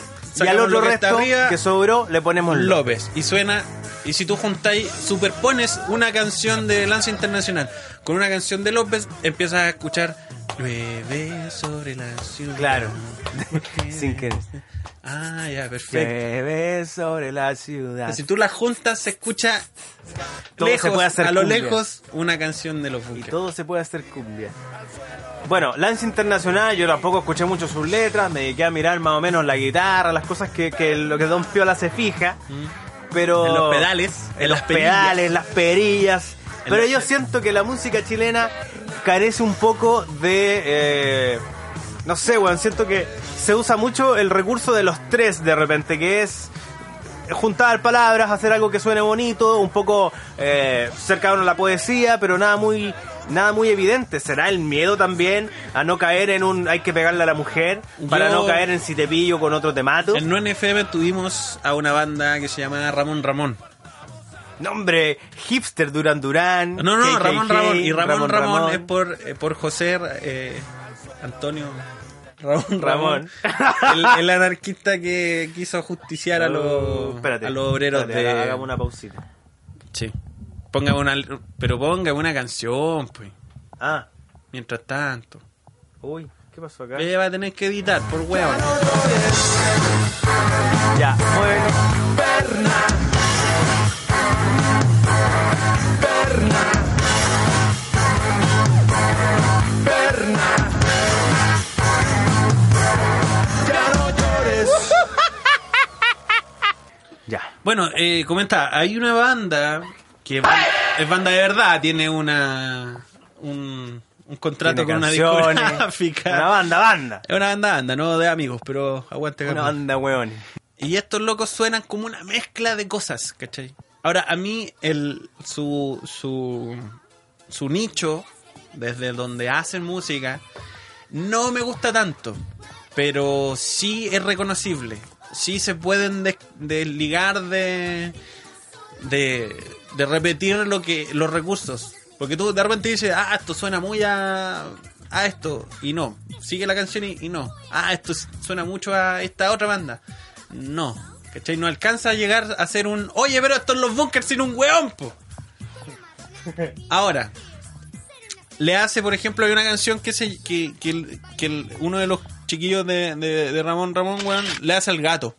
[SPEAKER 2] y al
[SPEAKER 6] sacamos
[SPEAKER 2] otro
[SPEAKER 6] lo que está
[SPEAKER 2] resto
[SPEAKER 6] arriba,
[SPEAKER 2] que sobró le ponemos López.
[SPEAKER 6] López. Y suena, y si tú juntáis, superpones una canción de lance internacional con una canción de López, empiezas a escuchar llueve sobre la ciudad.
[SPEAKER 2] Claro. Sin querer.
[SPEAKER 6] Ah, ya, perfecto.
[SPEAKER 2] Llueve sobre la ciudad.
[SPEAKER 6] Si tú las juntas, se escucha
[SPEAKER 2] Todo
[SPEAKER 6] lejos,
[SPEAKER 2] se puede hacer
[SPEAKER 6] a lo
[SPEAKER 2] cumbia.
[SPEAKER 6] lejos, una canción de los
[SPEAKER 2] Y
[SPEAKER 6] bunkers.
[SPEAKER 2] todo se puede hacer cumbia. Bueno, Lance Internacional, yo tampoco escuché mucho sus letras, me dediqué a mirar más o menos la guitarra, las cosas que, que lo que Don Piola se fija, pero...
[SPEAKER 6] Mm. En los pedales, en,
[SPEAKER 2] en los
[SPEAKER 6] las perillas.
[SPEAKER 2] pedales, las perillas.
[SPEAKER 6] En
[SPEAKER 2] Pero
[SPEAKER 6] las
[SPEAKER 2] yo
[SPEAKER 6] pe-
[SPEAKER 2] siento que la música chilena carece un poco de... eh, no sé, weón, siento que se usa mucho el recurso de los tres de repente, que es juntar palabras, hacer algo que suene bonito, un poco eh, cercano a la poesía, pero nada muy nada muy evidente. ¿Será el miedo también a no caer en un hay que pegarle a la mujer para
[SPEAKER 6] Yo-
[SPEAKER 2] no caer en si te pillo con otro te mato?
[SPEAKER 6] En 9FM tuvimos a una banda que se llamaba Ramón Ramón.
[SPEAKER 2] No, hombre, hipster Duran Duran.
[SPEAKER 6] No, no,
[SPEAKER 2] KKK,
[SPEAKER 6] Ramón Ramón. Y Ramón Ramón, es por, eh, por José eh, Antonio Ramón Ramón. el, el anarquista que quiso justiciar a
[SPEAKER 2] Oh,
[SPEAKER 6] los,
[SPEAKER 2] espérate,
[SPEAKER 6] a los obreros
[SPEAKER 2] espérate,
[SPEAKER 6] de.
[SPEAKER 2] haga- Hagamos una pausita.
[SPEAKER 6] Sí. Ponga una, pero ponga una canción, pues.
[SPEAKER 2] Ah,
[SPEAKER 6] Mientras tanto.
[SPEAKER 2] uy, ¿qué pasó acá?
[SPEAKER 6] Ella va a tener que editar, por huevón.
[SPEAKER 2] Ya, bueno. Ya.
[SPEAKER 6] Bueno, eh, comenta, hay una banda que ba- es banda de verdad, tiene una un, un contrato
[SPEAKER 2] Tiene
[SPEAKER 6] con una
[SPEAKER 2] canciones,
[SPEAKER 6] discográfica.
[SPEAKER 2] Una banda, banda.
[SPEAKER 6] Es una banda, banda, no de amigos, pero aguante.
[SPEAKER 2] Una
[SPEAKER 6] Carlos.
[SPEAKER 2] banda, weón.
[SPEAKER 6] Y estos locos suenan como una mezcla de cosas, ¿cachai? Ahora, a mí, el, su, su, su nicho, desde donde hacen música, no me gusta tanto, pero sí es reconocible. Sí se pueden des- desligar de, de, de repetir lo que los recursos. Porque tú de repente dices, ah, esto suena muy a, a esto, y no. Sigue la canción y, y no. Ah, esto s- suena mucho a esta otra banda. No, ¿cachai? No alcanza a llegar a ser un, oye, pero esto es los bunkers sin un weón, po. Ahora, le hace, por ejemplo, hay una canción que, se, que, que el- que el- uno de los chiquillos de, de- de Ramón Ramón, weón, le hace al gato.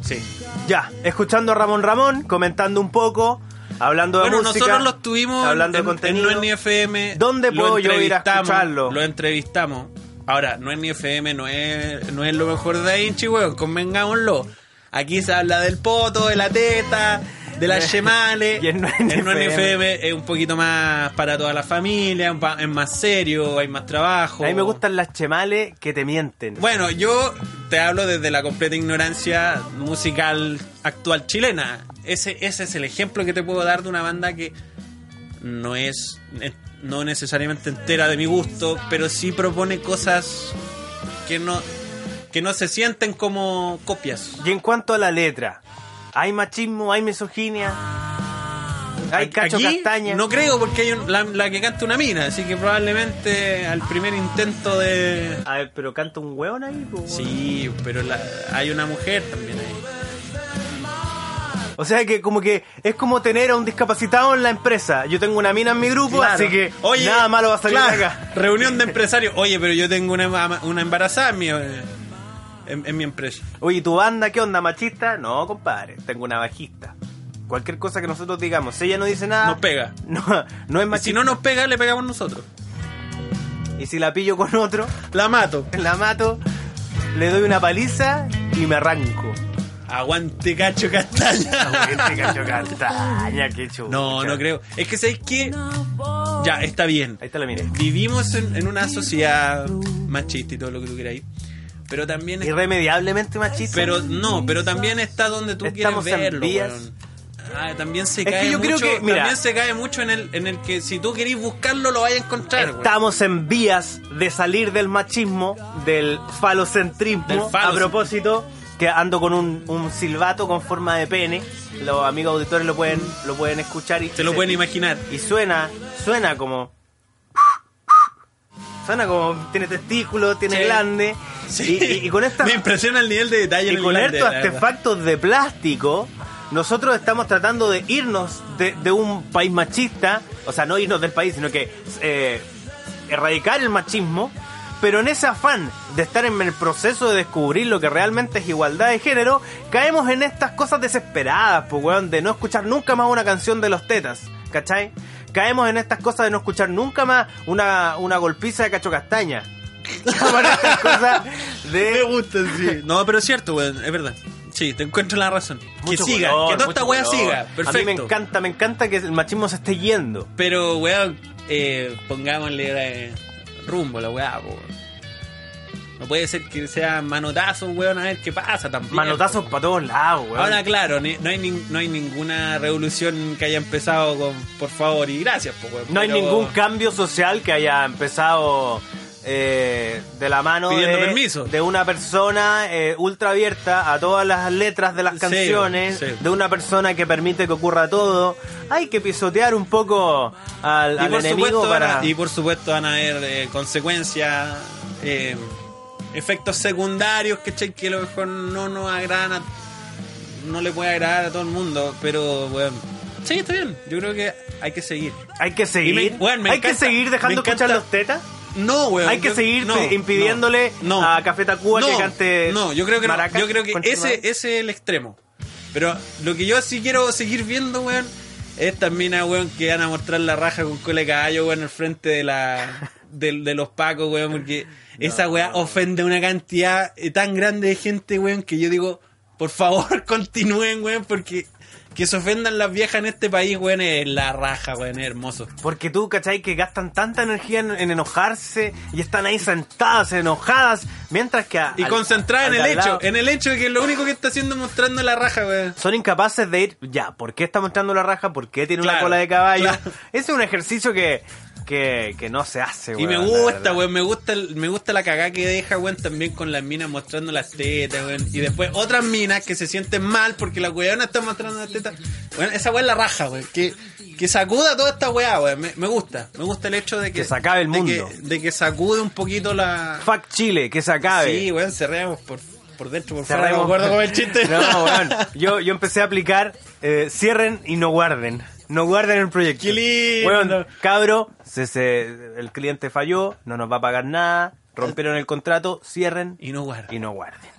[SPEAKER 6] Sí.
[SPEAKER 2] Ya, escuchando a Ramón Ramón, comentando un poco, hablando de
[SPEAKER 6] Bueno,
[SPEAKER 2] música.
[SPEAKER 6] nosotros los tuvimos
[SPEAKER 2] hablando
[SPEAKER 6] en,
[SPEAKER 2] de contenido.
[SPEAKER 6] en No es ni FM.
[SPEAKER 2] ¿Dónde
[SPEAKER 6] lo
[SPEAKER 2] puedo yo ir a
[SPEAKER 6] entrevistamos,
[SPEAKER 2] escucharlo?
[SPEAKER 6] Lo entrevistamos. Ahora, No es ni FM no es, no es lo mejor de Inchi, weón, convengámoslo. Aquí se habla del poto, de la teta, de las chemales.
[SPEAKER 2] Y en No es ni
[SPEAKER 6] En No es ni
[SPEAKER 2] FM.
[SPEAKER 6] FM es un poquito más para toda la familia, un pa- es más serio, hay más trabajo.
[SPEAKER 2] A mí me gustan las chemales que te mienten.
[SPEAKER 6] Bueno, yo te hablo desde la completa ignorancia musical actual chilena. Ese, ese es el ejemplo que te puedo dar de una banda que no es eh, no necesariamente entera de mi gusto, pero sí propone cosas que no que no se sienten como copias.
[SPEAKER 2] Y en cuanto a la letra, hay machismo, hay misoginia, hay cacho
[SPEAKER 6] Aquí,
[SPEAKER 2] castaña.
[SPEAKER 6] No creo porque hay un- la, la que canta una mina, así que probablemente al primer intento de
[SPEAKER 2] A ver, pero canta un hueón ahí. po, weón.
[SPEAKER 6] sí, pero la- hay una mujer también ahí.
[SPEAKER 2] O sea que como que es como tener a un discapacitado en la empresa. Yo tengo una mina en mi grupo,
[SPEAKER 6] Claro.
[SPEAKER 2] así que nada malo va a salir
[SPEAKER 6] claro,
[SPEAKER 2] de acá.
[SPEAKER 6] Reunión de empresarios. Oye, pero yo tengo una, ama- una embarazada en mi, eh, en, en mi empresa.
[SPEAKER 2] Oye, ¿tu banda qué onda, machista? No, compadre, tengo una bajista. Cualquier cosa que nosotros digamos, si ella no dice nada...
[SPEAKER 6] Nos pega.
[SPEAKER 2] No, no es
[SPEAKER 6] Y
[SPEAKER 2] machista.
[SPEAKER 6] Si no nos pega, le pegamos nosotros.
[SPEAKER 2] Y si la pillo con otro,
[SPEAKER 6] La mato.
[SPEAKER 2] la mato, le doy una paliza y me arranco.
[SPEAKER 6] Aguante cacho castaña.
[SPEAKER 2] Este cacho castaña, qué chulo.
[SPEAKER 6] No, no creo. Es que sabéis que ya está bien.
[SPEAKER 2] Ahí está la miré.
[SPEAKER 6] Vivimos en, en una sociedad machista y todo lo que tú queráis. Pero también
[SPEAKER 2] Irremediablemente machista.
[SPEAKER 6] Pero no, pero también está donde tú
[SPEAKER 2] Estamos
[SPEAKER 6] quieres
[SPEAKER 2] en
[SPEAKER 6] verlo.
[SPEAKER 2] vías.
[SPEAKER 6] weón. Ah, también se
[SPEAKER 2] Es que
[SPEAKER 6] cae
[SPEAKER 2] yo creo
[SPEAKER 6] mucho,
[SPEAKER 2] que, mira.
[SPEAKER 6] también se cae mucho en el, en el que si tú querís buscarlo lo vas a encontrar. weón.
[SPEAKER 2] Estamos en vías de salir del machismo, del falocentrismo.
[SPEAKER 6] Del
[SPEAKER 2] A
[SPEAKER 6] falocentrismo.
[SPEAKER 2] propósito, que ando con un, un silbato con forma de pene. Los amigos auditores lo pueden, lo pueden escuchar y
[SPEAKER 6] Se lo pueden imaginar.
[SPEAKER 2] Y suena, suena como. Suena como. Tiene testículos, tiene
[SPEAKER 6] Sí.
[SPEAKER 2] glande.
[SPEAKER 6] Sí.
[SPEAKER 2] Y, y- y con esta.
[SPEAKER 6] Me impresiona el nivel de detalle. en
[SPEAKER 2] Y
[SPEAKER 6] el
[SPEAKER 2] con
[SPEAKER 6] glande,
[SPEAKER 2] estos
[SPEAKER 6] la verdad.
[SPEAKER 2] artefactos de plástico, nosotros estamos tratando de irnos de, de un país machista, o sea, no irnos del país, sino que eh, erradicar el machismo pero en ese afán de estar en el proceso de descubrir lo que realmente es igualdad de género, caemos en estas cosas desesperadas, pues, weón, de no escuchar nunca más una canción de los tetas, ¿cachai? Caemos en estas cosas de no escuchar nunca más una, una golpiza de cacho castaña. Caemos en estas cosas de...
[SPEAKER 7] Me gusta, sí.
[SPEAKER 6] No, pero es cierto, weón, es verdad. Sí, te encuentro la razón.
[SPEAKER 2] Mucho
[SPEAKER 6] que siga,
[SPEAKER 2] color,
[SPEAKER 6] que toda esta
[SPEAKER 2] mucho
[SPEAKER 6] weá
[SPEAKER 2] color.
[SPEAKER 6] siga. Perfecto.
[SPEAKER 2] A mí me encanta, me encanta que el machismo se esté yendo.
[SPEAKER 6] Pero, weón, eh, pongámosle eh, rumbo a la weá, po. No puede ser que sea manotazos, weón, a ver qué pasa también.
[SPEAKER 2] Manotazos para todos lados, weón.
[SPEAKER 6] eh. Ahora, claro, ni- no hay, nin- no hay ninguna revolución que haya empezado con por favor y gracias, po, weón.
[SPEAKER 2] no hay
[SPEAKER 6] pero-
[SPEAKER 2] ningún cambio social que haya empezado eh, de la mano
[SPEAKER 6] Pidiendo
[SPEAKER 2] de,
[SPEAKER 6] permiso.
[SPEAKER 2] de una persona eh, ultra abierta a todas las letras de las
[SPEAKER 6] Sí,
[SPEAKER 2] canciones,
[SPEAKER 6] sí.
[SPEAKER 2] de una persona que permite que ocurra todo. Hay que pisotear un poco al,
[SPEAKER 6] Y
[SPEAKER 2] al
[SPEAKER 6] por,
[SPEAKER 2] enemigo
[SPEAKER 6] supuesto,
[SPEAKER 2] para...
[SPEAKER 6] van a- y por supuesto van a haber eh, consecuencias, eh, efectos secundarios ¿cachai? que a lo mejor no nos agradan, a- no le puede agradar a todo el mundo, pero bueno, sí, está bien, yo creo que hay que seguir.
[SPEAKER 2] Hay que
[SPEAKER 6] Y me-
[SPEAKER 2] seguir,
[SPEAKER 6] weón, me
[SPEAKER 2] hay que
[SPEAKER 6] encanta-
[SPEAKER 2] seguir
[SPEAKER 6] me
[SPEAKER 2] dejando
[SPEAKER 6] encanta-
[SPEAKER 2] escuchar los tetas.
[SPEAKER 6] No, weón.
[SPEAKER 2] Hay que
[SPEAKER 6] yo-
[SPEAKER 2] seguir
[SPEAKER 6] no,
[SPEAKER 2] impidiéndole
[SPEAKER 6] no, no.
[SPEAKER 2] a Café Tacuba que cante
[SPEAKER 6] No, yo creo que no.
[SPEAKER 2] maracas,
[SPEAKER 6] Yo creo que
[SPEAKER 2] concha
[SPEAKER 6] ese,
[SPEAKER 2] madre.
[SPEAKER 6] ese es el extremo. Pero lo que yo sí quiero seguir viendo, weón, es también a weón que van a mostrar la raja con cola de caballo, weón, al frente de la. De, de los pacos, weón, porque esa weá ofende a una cantidad eh, tan grande de gente, weón, que yo digo, por favor, continúen, weón, porque que se ofendan las viejas en este país, weón, es la raja, weón, es hermoso.
[SPEAKER 2] Porque tú, ¿cachai? Que gastan tanta energía en, en enojarse y están ahí sentadas, enojadas, mientras que... a-
[SPEAKER 6] Y
[SPEAKER 2] al-
[SPEAKER 6] concentrada en
[SPEAKER 2] al
[SPEAKER 6] el
[SPEAKER 2] de al
[SPEAKER 6] hecho,
[SPEAKER 2] lado
[SPEAKER 6] en el hecho de que lo único que está haciendo es mostrando la raja, weón.
[SPEAKER 2] Son incapaces de ir, ya, ¿por qué está mostrando la raja? ¿Por qué tiene
[SPEAKER 6] Claro,
[SPEAKER 2] una cola de caballo?
[SPEAKER 6] claro.
[SPEAKER 2] Ese es un ejercicio que, que, que no se hace,
[SPEAKER 6] Y me
[SPEAKER 2] weón, la
[SPEAKER 6] gusta,
[SPEAKER 2] verdad.
[SPEAKER 6] weón, me gusta, el- me gusta la cagada que deja, weón, también con las minas mostrando las tetas, weón. Y después otras minas que se sienten mal porque las weonas están mostrando las tetas. Weón, esa weón es la raja, weón. Que, que sacuda toda esta weá, weón. Me, me gusta, me gusta el hecho de que...
[SPEAKER 2] Que se acabe el
[SPEAKER 6] de
[SPEAKER 2] mundo.
[SPEAKER 6] que- de que sacude un poquito la...
[SPEAKER 2] Fuck Chile, que se acabe.
[SPEAKER 6] Sí, weón, cerremos por, por dentro, por fuera. No me
[SPEAKER 2] Cerremos.
[SPEAKER 6] acuerdo con el chiste.
[SPEAKER 2] No, weón. Yo, yo empecé a aplicar eh, cierren y no guarden. No guarden el proyecto.
[SPEAKER 6] Qué lindo.
[SPEAKER 2] Weón, cabro, se- se- el cliente falló, no nos va a pagar nada, rompieron el contrato, cierren
[SPEAKER 6] Y no guarda.
[SPEAKER 2] y no guarden.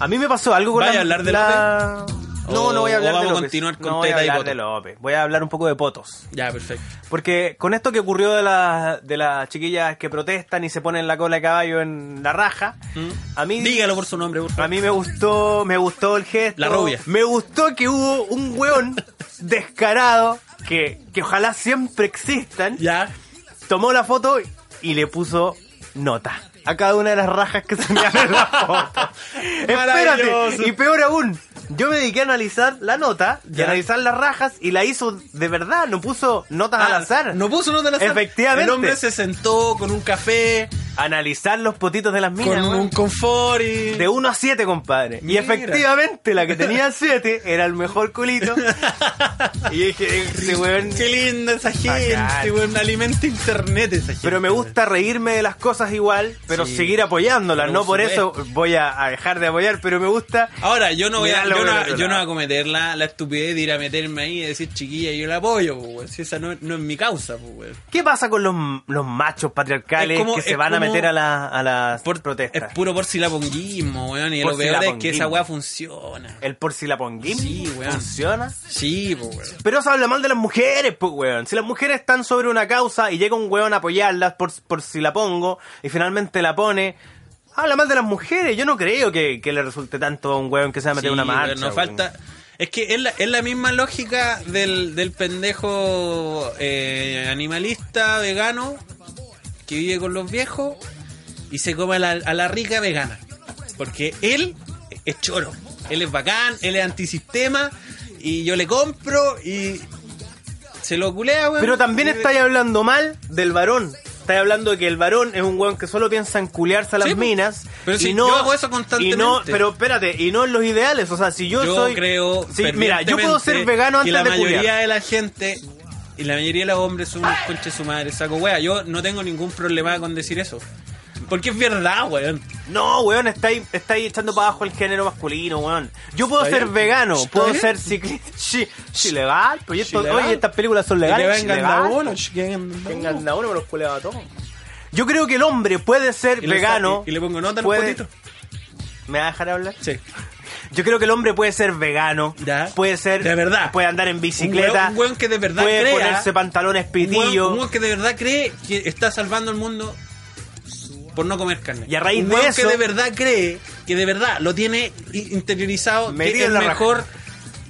[SPEAKER 2] A mí me pasó algo con
[SPEAKER 6] ¿Vaya
[SPEAKER 2] la,
[SPEAKER 6] a hablar de
[SPEAKER 2] la- No,
[SPEAKER 6] ¿O-
[SPEAKER 2] no voy a
[SPEAKER 6] o
[SPEAKER 2] hablar de
[SPEAKER 6] vamos a
[SPEAKER 2] López.
[SPEAKER 6] continuar con
[SPEAKER 2] no voy a
[SPEAKER 6] Teta y
[SPEAKER 2] hablar
[SPEAKER 6] Poto?
[SPEAKER 2] de López. Voy a hablar un poco de potos.
[SPEAKER 6] Ya, perfecto.
[SPEAKER 2] Porque con esto que ocurrió de las de las chiquillas que protestan y se ponen la cola de caballo en la raja, a mí
[SPEAKER 6] Mm. Dígalo por su nombre, por favor.
[SPEAKER 2] a mí me gustó, me gustó el gesto.
[SPEAKER 6] La rubia.
[SPEAKER 2] Me gustó que hubo un weón descarado que, que ojalá siempre existan.
[SPEAKER 6] Ya.
[SPEAKER 2] Tomó la foto y le puso nota a cada una de las rajas que tenían en la foto.
[SPEAKER 6] Maravilloso.
[SPEAKER 2] Espérate, y peor aún, yo me dediqué a analizar la nota y
[SPEAKER 6] Ya.
[SPEAKER 2] analizar las rajas y la hizo de verdad, no puso notas al
[SPEAKER 6] Ah,
[SPEAKER 2] azar.
[SPEAKER 6] No puso nota al azar.
[SPEAKER 2] Efectivamente.
[SPEAKER 6] El hombre se sentó con un café,
[SPEAKER 2] Analizar los potitos de las minas.
[SPEAKER 6] con
[SPEAKER 2] weón.
[SPEAKER 6] un confort y...
[SPEAKER 2] De 1 a 7, compadre.
[SPEAKER 6] Mira.
[SPEAKER 2] Y efectivamente, la que tenía 7 era el mejor culito. y dije, este weón.
[SPEAKER 6] Qué linda esa gente,
[SPEAKER 2] Bacán.
[SPEAKER 6] weón. Alimenta internet esa gente.
[SPEAKER 2] Pero me gusta reírme de las cosas igual, pero
[SPEAKER 6] Sí.
[SPEAKER 2] seguir apoyándolas.
[SPEAKER 6] Pero
[SPEAKER 2] No
[SPEAKER 6] por
[SPEAKER 2] por eso voy a, a dejar de apoyar, pero me gusta.
[SPEAKER 6] Ahora, yo no voy a,
[SPEAKER 2] Mirarlo
[SPEAKER 6] yo
[SPEAKER 2] por el
[SPEAKER 6] no,
[SPEAKER 2] otro
[SPEAKER 6] yo no voy a
[SPEAKER 2] lado.
[SPEAKER 6] cometer la, la estupidez de ir a meterme ahí y decir, chiquilla, yo la apoyo, po, weón. Si esa no, no es mi causa, po, weón.
[SPEAKER 2] ¿Qué pasa con los, los machos patriarcales
[SPEAKER 6] Es como-
[SPEAKER 2] que se
[SPEAKER 6] es
[SPEAKER 2] van a
[SPEAKER 6] como-
[SPEAKER 2] meter a, la- a las
[SPEAKER 6] Por-
[SPEAKER 2] protestas?
[SPEAKER 6] Es puro porcilaponguismo, weón. Y lo peor es que
[SPEAKER 2] Porcilaponguismo.
[SPEAKER 6] esa weá funciona.
[SPEAKER 2] ¿El porcilaponguín
[SPEAKER 6] Sí, weón.
[SPEAKER 2] funciona?
[SPEAKER 6] Sí, po, weón.
[SPEAKER 2] Pero eso habla mal de las mujeres, pues, weón. Si las mujeres están sobre una causa y llega un weón a apoyarlas por, por si la pongo y finalmente la pone, habla mal de las mujeres. Yo no creo que, que le resulte tanto a un weón que se va a meter
[SPEAKER 6] Sí,
[SPEAKER 2] una
[SPEAKER 6] pero
[SPEAKER 2] marcha.
[SPEAKER 6] no
[SPEAKER 2] weón.
[SPEAKER 6] falta. Es que es la, es la misma lógica del, del pendejo eh, animalista vegano que vive con los viejos y se come a la, a la rica vegana. Porque él es choro, él es bacán, él es antisistema y yo le compro y se lo culea, weón.
[SPEAKER 2] Pero también
[SPEAKER 6] Y-
[SPEAKER 2] estáis hablando mal del varón. Estáis hablando de que el varón es un weón que solo piensa en culearse a las
[SPEAKER 6] Sí, pues.
[SPEAKER 2] minas.
[SPEAKER 6] pero
[SPEAKER 2] y
[SPEAKER 6] si
[SPEAKER 2] no,
[SPEAKER 6] yo hago eso
[SPEAKER 2] y
[SPEAKER 6] constantemente.
[SPEAKER 2] no- pero espérate, y no en los ideales. O sea, si yo,
[SPEAKER 6] yo
[SPEAKER 2] soy.
[SPEAKER 6] creo
[SPEAKER 2] Sí, mira, yo puedo ser
[SPEAKER 6] fervientemente
[SPEAKER 2] vegano
[SPEAKER 6] que
[SPEAKER 2] antes
[SPEAKER 6] la
[SPEAKER 2] de
[SPEAKER 6] mayoría
[SPEAKER 2] culiar.
[SPEAKER 6] de la gente y la mayoría de los hombres son unos conches su madre saco wea yo no tengo ningún problema con decir eso Porque es verdad, weón.
[SPEAKER 2] No, weón, está ahí, está ahí echando para abajo el género masculino, weón. Yo puedo ser vegano, puedo
[SPEAKER 6] bien?
[SPEAKER 2] ser ciclista. Sí, sí, legal. Pero esto-
[SPEAKER 6] Sí, legal.
[SPEAKER 2] oye, estas películas son
[SPEAKER 6] Que
[SPEAKER 2] legales.
[SPEAKER 6] le
[SPEAKER 2] sí,
[SPEAKER 6] vengan
[SPEAKER 2] legal.
[SPEAKER 6] a uno, ch- que vengan de a uno.
[SPEAKER 2] Vengan a uno, me los culeaba a todos. Yo creo que el hombre puede ser
[SPEAKER 6] Y le
[SPEAKER 2] vegano.
[SPEAKER 6] sa- y- y le pongo nota en un
[SPEAKER 2] puede-
[SPEAKER 6] potito.
[SPEAKER 2] ¿Me va a dejar hablar?
[SPEAKER 6] Sí.
[SPEAKER 2] Yo creo que el hombre puede ser vegano.
[SPEAKER 6] Ya.
[SPEAKER 2] Puede ser.
[SPEAKER 6] De verdad.
[SPEAKER 2] Puede andar en bicicleta.
[SPEAKER 6] Un weón- un weón que de verdad
[SPEAKER 2] Puede
[SPEAKER 6] crea-
[SPEAKER 2] ponerse pantalones
[SPEAKER 6] Un weón-
[SPEAKER 2] pitillo.
[SPEAKER 6] Un weón que de verdad cree que está salvando el mundo por no comer carne.
[SPEAKER 2] Y a raíz
[SPEAKER 6] un
[SPEAKER 2] de
[SPEAKER 6] weón
[SPEAKER 2] eso-
[SPEAKER 6] que de verdad cree, que de verdad lo tiene i- interiorizado,
[SPEAKER 2] Metido
[SPEAKER 6] que
[SPEAKER 2] en
[SPEAKER 6] el
[SPEAKER 2] la raja.
[SPEAKER 6] mejor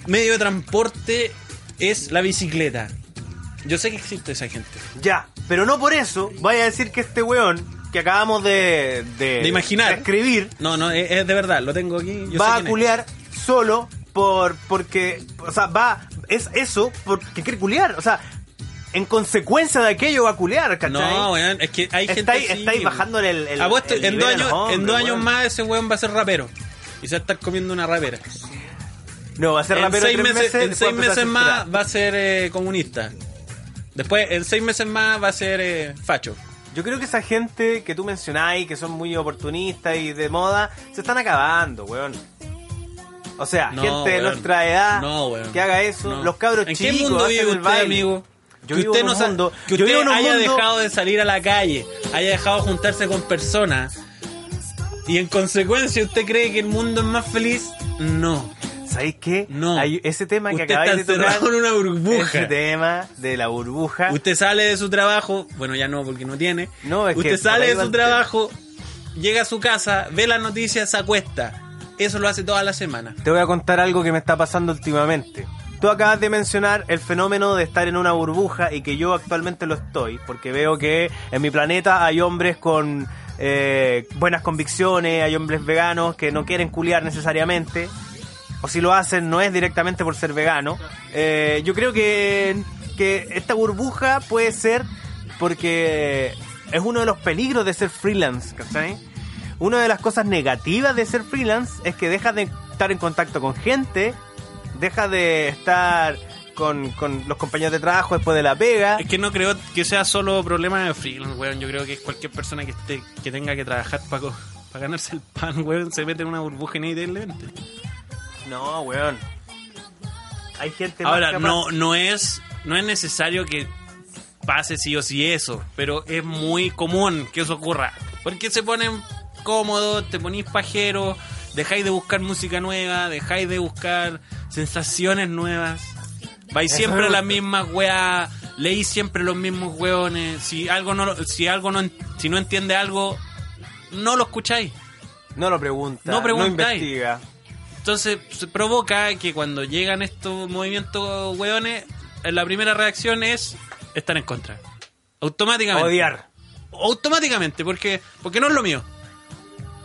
[SPEAKER 6] medio de transporte es la bicicleta. Yo sé que existe esa gente.
[SPEAKER 2] Ya. Pero no por eso vaya a decir que este weón que acabamos de. De,
[SPEAKER 6] De imaginar.
[SPEAKER 2] de escribir.
[SPEAKER 6] No, no, es, es de verdad, lo tengo aquí. yo
[SPEAKER 2] va
[SPEAKER 6] sé
[SPEAKER 2] a
[SPEAKER 6] quién es.
[SPEAKER 2] culear solo por porque o sea va es eso porque quiere culear o sea en consecuencia de aquello va a culear ¿cachai?
[SPEAKER 6] No, weón, es que hay gente.
[SPEAKER 2] Estáis-
[SPEAKER 6] así,
[SPEAKER 2] estáis
[SPEAKER 6] weón.
[SPEAKER 2] bajándole el- el-
[SPEAKER 6] Apuesto,
[SPEAKER 2] el
[SPEAKER 6] en,
[SPEAKER 2] nivel a
[SPEAKER 6] dos años,
[SPEAKER 2] los hombres,
[SPEAKER 6] en dos años
[SPEAKER 2] weón.
[SPEAKER 6] más ese weón va a ser rapero. Y se va a estar comiendo una rapera.
[SPEAKER 2] no va a ser
[SPEAKER 6] en
[SPEAKER 2] rapero
[SPEAKER 6] seis
[SPEAKER 2] tres
[SPEAKER 6] meses,
[SPEAKER 2] meses,
[SPEAKER 6] en
[SPEAKER 2] después va
[SPEAKER 6] seis
[SPEAKER 2] a empezar
[SPEAKER 6] meses
[SPEAKER 2] a
[SPEAKER 6] más
[SPEAKER 2] censurar.
[SPEAKER 6] va a ser eh, comunista. Después, en seis meses más va a ser eh, facho.
[SPEAKER 2] yo creo que esa gente que tú mencionáis que son muy oportunistas y de moda se están acabando weón o sea,
[SPEAKER 6] No,
[SPEAKER 2] gente de
[SPEAKER 6] weón.
[SPEAKER 2] nuestra edad
[SPEAKER 6] No, weón.
[SPEAKER 2] que haga eso,
[SPEAKER 6] No.
[SPEAKER 2] los cabros
[SPEAKER 6] ¿En
[SPEAKER 2] chicos
[SPEAKER 6] qué mundo
[SPEAKER 2] hacen
[SPEAKER 6] vive
[SPEAKER 2] el
[SPEAKER 6] usted,
[SPEAKER 2] baile.
[SPEAKER 6] amigo?
[SPEAKER 2] Yo
[SPEAKER 6] que
[SPEAKER 2] vivo
[SPEAKER 6] usted
[SPEAKER 2] en un
[SPEAKER 6] no sa-
[SPEAKER 2] mundo-
[SPEAKER 6] que
[SPEAKER 2] yo
[SPEAKER 6] usted
[SPEAKER 2] vivo en un
[SPEAKER 6] haya
[SPEAKER 2] mundo-
[SPEAKER 6] dejado de salir a la calle, haya dejado de juntarse con personas y en consecuencia usted cree que el mundo es más feliz. No.
[SPEAKER 2] ¿Sabéis qué?
[SPEAKER 6] No.
[SPEAKER 2] Hay ese tema que
[SPEAKER 6] Usted
[SPEAKER 2] acabáis
[SPEAKER 6] está
[SPEAKER 2] de tocar.
[SPEAKER 6] encerrado en una burbuja.
[SPEAKER 2] Ese tema de la burbuja.
[SPEAKER 6] Usted sale de su trabajo, bueno, ya no, porque no tiene.
[SPEAKER 2] No, es que
[SPEAKER 6] Usted
[SPEAKER 2] por
[SPEAKER 6] sale
[SPEAKER 2] ahí
[SPEAKER 6] de
[SPEAKER 2] va
[SPEAKER 6] su
[SPEAKER 2] el tema.
[SPEAKER 6] trabajo, llega a su casa, ve las noticias, se acuesta. Eso lo hace toda la semana.
[SPEAKER 2] Te voy a contar algo que me está pasando últimamente. Tú acabas de mencionar el fenómeno de estar en una burbuja y que yo actualmente lo estoy, porque veo que en mi planeta hay hombres con eh, buenas convicciones, hay hombres veganos que no quieren culiar necesariamente, o si lo hacen no es directamente por ser vegano. Eh, yo creo que, que esta burbuja puede ser porque es uno de los peligros de ser freelance, ¿cachai? Una de las cosas negativas de ser freelance es que dejas de estar en contacto con gente, dejas de estar con, con los compañeros de trabajo después de la pega.
[SPEAKER 6] Es que no creo que sea solo problema de freelance, weón. Yo creo que es cualquier persona que esté, que tenga que trabajar para ganarse el pan, weón, se mete en una burbuja inevitablemente.
[SPEAKER 2] No, weón. Hay gente más
[SPEAKER 6] Ahora,
[SPEAKER 2] capaz-
[SPEAKER 6] no, no es, no es necesario que pase sí o sí eso, pero es muy común que eso ocurra. Porque se ponen cómodos, te ponís pajero, dejáis de buscar música nueva, dejáis de buscar sensaciones nuevas. Vais
[SPEAKER 2] Eso
[SPEAKER 6] siempre
[SPEAKER 2] me
[SPEAKER 6] a las
[SPEAKER 2] gusta.
[SPEAKER 6] mismas weas, leí siempre los mismos weones. Si algo no, lo- si algo no, en- si no entiende algo, no lo escucháis.
[SPEAKER 2] No lo pregunta,
[SPEAKER 6] No
[SPEAKER 2] no,
[SPEAKER 6] preguntáis.
[SPEAKER 2] investiga.
[SPEAKER 6] Entonces se provoca que cuando llegan estos movimientos hueones, eh, la primera reacción es estar en contra. Automáticamente.
[SPEAKER 2] Odiar.
[SPEAKER 6] Automáticamente, porque, porque no es lo mío.